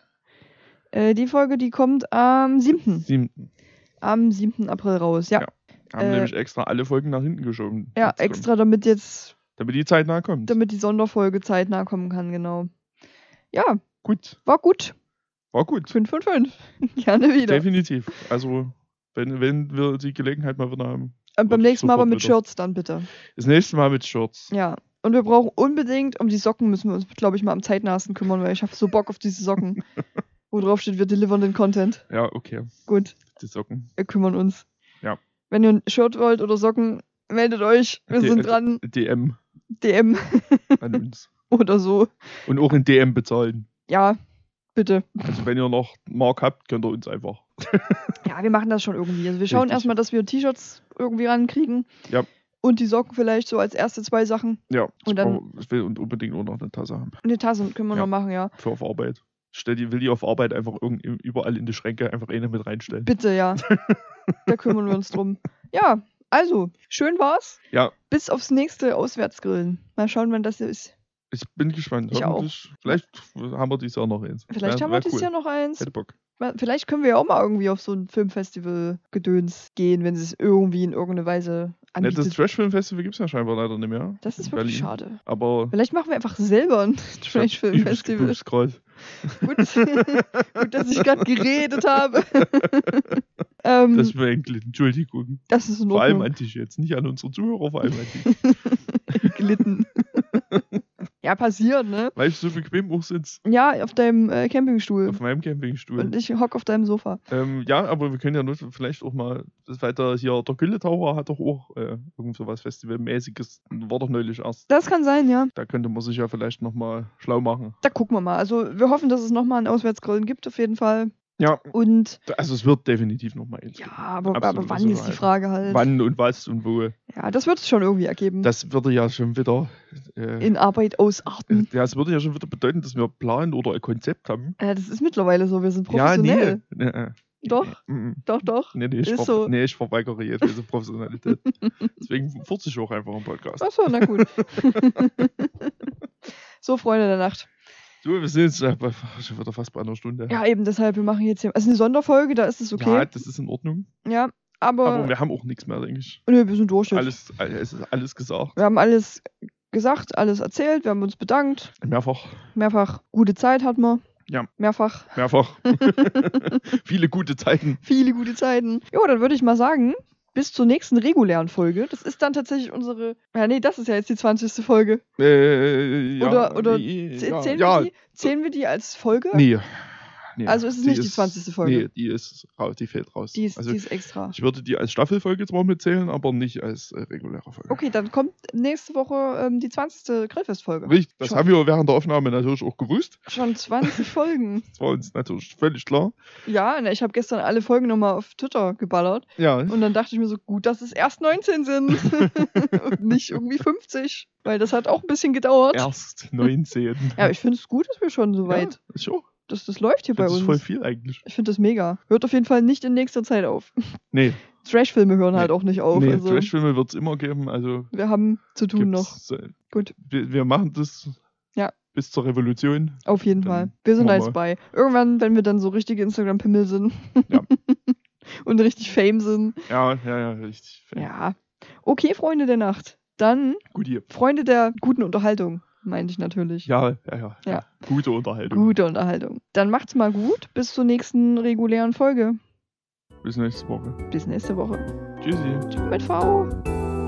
S1: Äh, die Folge, die kommt am 7.
S2: Siebten.
S1: Am 7. April raus, ja.
S2: Ja. Haben
S1: Äh,
S2: nämlich extra alle Folgen nach hinten geschoben.
S1: Ja,
S2: Jetzt kommt-
S1: extra, damit jetzt,
S2: Damit die Zeit nahe kommt.
S1: damit die Sonderfolge zeitnah kommen kann, genau. Ja,
S2: Gut.
S1: war gut.
S2: War gut.
S1: 5 von 5. Gerne wieder.
S2: Definitiv. Also, wenn, wenn wir die Gelegenheit mal wieder haben.
S1: Und Äh, beim
S2: Wird
S1: nächsten Mal aber
S2: sofort
S1: mit
S2: wieder.
S1: Shirts dann bitte.
S2: Das nächste Mal mit Shirts.
S1: Ja. Und wir brauchen unbedingt, um die Socken müssen wir uns, glaube ich, mal am zeitnahsten kümmern, weil ich habe so Bock auf diese Socken. Wo drauf steht, wir delivern den Content.
S2: Ja, okay.
S1: Gut,
S2: Die Socken.
S1: wir kümmern uns.
S2: Ja.
S1: Wenn ihr ein Shirt wollt oder Socken, meldet euch. Wir
S2: D-
S1: sind dran.
S2: DM
S1: DM
S2: an uns.
S1: oder so.
S2: Und auch in DM bezahlen.
S1: Ja, bitte.
S2: Also wenn ihr noch Mark habt, könnt ihr uns einfach.
S1: Ja, wir machen das schon irgendwie. Also wir schauen
S2: Richtig.
S1: erstmal, dass wir T-Shirts irgendwie rankriegen.
S2: Ja.
S1: Und die Socken vielleicht so als erste zwei Sachen.
S2: Ja.
S1: Und dann-
S2: aber ich will und unbedingt auch noch eine Tasse haben.
S1: Und eine Tasse können wir
S2: Ja.
S1: noch machen, ja.
S2: Für auf Arbeit. Ich Stell die, will die auf Arbeit einfach irgend, überall in die Schränke einfach eine mit reinstellen.
S1: Bitte, ja. da kümmern wir uns drum. Ja, also, schön war's.
S2: Ja.
S1: Bis aufs nächste Auswärtsgrillen. Mal schauen, wann das ist.
S2: Ich bin gespannt.
S1: Ich auch.
S2: Hoffentlich- Vielleicht haben wir dieses Jahr noch eins.
S1: Vielleicht haben wir dieses Jahr noch eins.
S2: Hätte Bock.
S1: Mal- Vielleicht können wir ja auch mal irgendwie auf so ein Filmfestival-Gedöns gehen, wenn sie es irgendwie in irgendeine Weise
S2: Ne, das
S1: anbietet.
S2: Trash Film Festival gibt es ja scheinbar leider nicht mehr.
S1: Das ist
S2: in
S1: wirklich
S2: Berlin.
S1: schade.
S2: Aber
S1: Vielleicht machen wir einfach selber ein
S2: hab übelst
S1: Trash-Film-Festival.
S2: gebumst grad.
S1: Gut. Gut, dass ich gerade geredet habe. ähm, das,
S2: Das ist mir eigentlich Entschuldigung.
S1: ist in
S2: Vor allem
S1: Ordnung.
S2: an dich jetzt. Nicht an unsere Zuhörer, vor allem an dich.
S1: Glitten. ja, passiert, ne?
S2: Weil ich so bequem auch sitze.
S1: Ja, auf deinem äh, Campingstuhl.
S2: Auf meinem Campingstuhl.
S1: Und ich hock auf deinem Sofa.
S2: Ähm, ja, aber wir können ja nur vielleicht auch mal das weiter hier. Der Gülletaucher hat doch auch äh, irgend so was Festivalmäßiges. War doch neulich erst.
S1: Das kann sein, ja.
S2: Da könnte man sich ja vielleicht nochmal schlau machen.
S1: Da gucken wir mal. Also wir hoffen, dass es nochmal ein Auswärtsgrillen gibt, auf jeden Fall.
S2: Ja,
S1: Und
S2: also es wird definitiv nochmal eins.
S1: ja,
S2: geben.
S1: aber,
S2: Absolut,
S1: aber
S2: das
S1: wann
S2: ist
S1: ist die
S2: halt-
S1: Frage halt?
S2: Wann und was und wo.
S1: Ja, das wird es schon irgendwie ergeben.
S2: Das würde ja schon wieder. Äh, hm.
S1: in Arbeit ausarten.
S2: ja, es würde ja schon wieder bedeuten, dass wir einen Plan oder ein Konzept haben.
S1: Äh, das ist mittlerweile so, wir sind professionell.
S2: Ja, nee. nee, nee.
S1: Doch,
S2: Mm, mm.
S1: doch, doch.
S2: Nee, nee, ich,
S1: Ist
S2: ver
S1: so.
S2: nee ich verweigere jede Professionalität. Deswegen furze ich auch einfach im Podcast.
S1: Achso, na gut. so, Freunde der Nacht.
S2: Du, wir sind jetzt äh, bei- schon wieder fast bei einer Stunde.
S1: Ja, eben deshalb, wir machen jetzt hier. Also eine Sonderfolge, da ist es
S2: Ja,
S1: okay.
S2: das ist in Ordnung.
S1: Ja, aber.
S2: Aber wir haben auch nichts mehr, denke ich.
S1: nö, wir sind durch. jetzt.
S2: Alles, all- es ist alles gesagt.
S1: Wir haben alles gesagt, alles erzählt, wir haben uns bedankt.
S2: Mehrfach.
S1: mehrfach gute Zeit hat man.
S2: Ja.
S1: Mehrfach
S2: Mehrfach. Viele gute Zeiten.
S1: viele gute Zeiten. Jo, dann würde ich mal sagen, bis zur nächsten regulären Folge. Das ist dann tatsächlich unsere. Ja, nee, das ist ja jetzt die 20. Folge.
S2: Äh, ja,
S1: Oder- oder
S2: äh,
S1: Zäh-
S2: ja,
S1: zählen,
S2: ja.
S1: Wir die, zählen wir die als Folge?
S2: Nee. nee.
S1: Also es ist nicht die 20. Folge.
S2: Nee, die ist raus, die fällt raus.
S1: Die ist,
S2: also
S1: die ist extra.
S2: ich würde die als Staffelfolge zwar mitzählen, aber nicht als äh, reguläre Folge.
S1: Okay, dann kommt nächste Woche ähm, die 20. Grillfest-Folge.
S2: Richtig, das
S1: Schon-
S2: haben wir während der Aufnahme natürlich auch gewusst.
S1: Schon 20 Folgen.
S2: Das war uns natürlich völlig klar.
S1: Ja, na, ich habe gestern alle Folgen nochmal auf Twitter geballert.
S2: Ja,
S1: Und dann dachte ich mir so, gut, dass es erst 19 sind. und nicht irgendwie 50. Weil das hat auch ein bisschen gedauert.
S2: erst 19.
S1: Ja, ich finde es gut, dass wir schon so weit.
S2: Ja, ich auch.
S1: Das, das läuft hier bei
S2: Das ist
S1: uns.
S2: voll viel eigentlich.
S1: Ich finde das mega. Hört auf jeden Fall nicht in nächster Zeit auf.
S2: Nee,
S1: Trash-Filme hören halt auch nicht auf.
S2: nee,
S1: also,
S2: Trashfilme wird es immer geben, also
S1: wir haben zu tun noch.
S2: gibt's, äh,
S1: Gut.
S2: Wir, wir machen das
S1: Ja.
S2: bis zur Revolution.
S1: Auf jeden
S2: Dann
S1: Fall. Wir sind
S2: machen
S1: da jetzt bei. Irgendwann, wenn wir dann so richtige Instagram-Pimmel sind
S2: Ja.
S1: und richtig Fame sind.
S2: Ja, ja, ja, richtig.
S1: Ja. Okay, Freunde der Nacht. Dann
S2: Gut hier.
S1: Freunde der guten Unterhaltung, meinte ich natürlich.
S2: Ja, ja, ja,
S1: Ja.
S2: ja. Gute Unterhaltung.
S1: Gute Unterhaltung. Dann macht's mal gut. Bis zur nächsten regulären Folge.
S2: Bis nächste Woche.
S1: Bis nächste Woche.
S2: Tschüssi.
S1: Ciao mit V.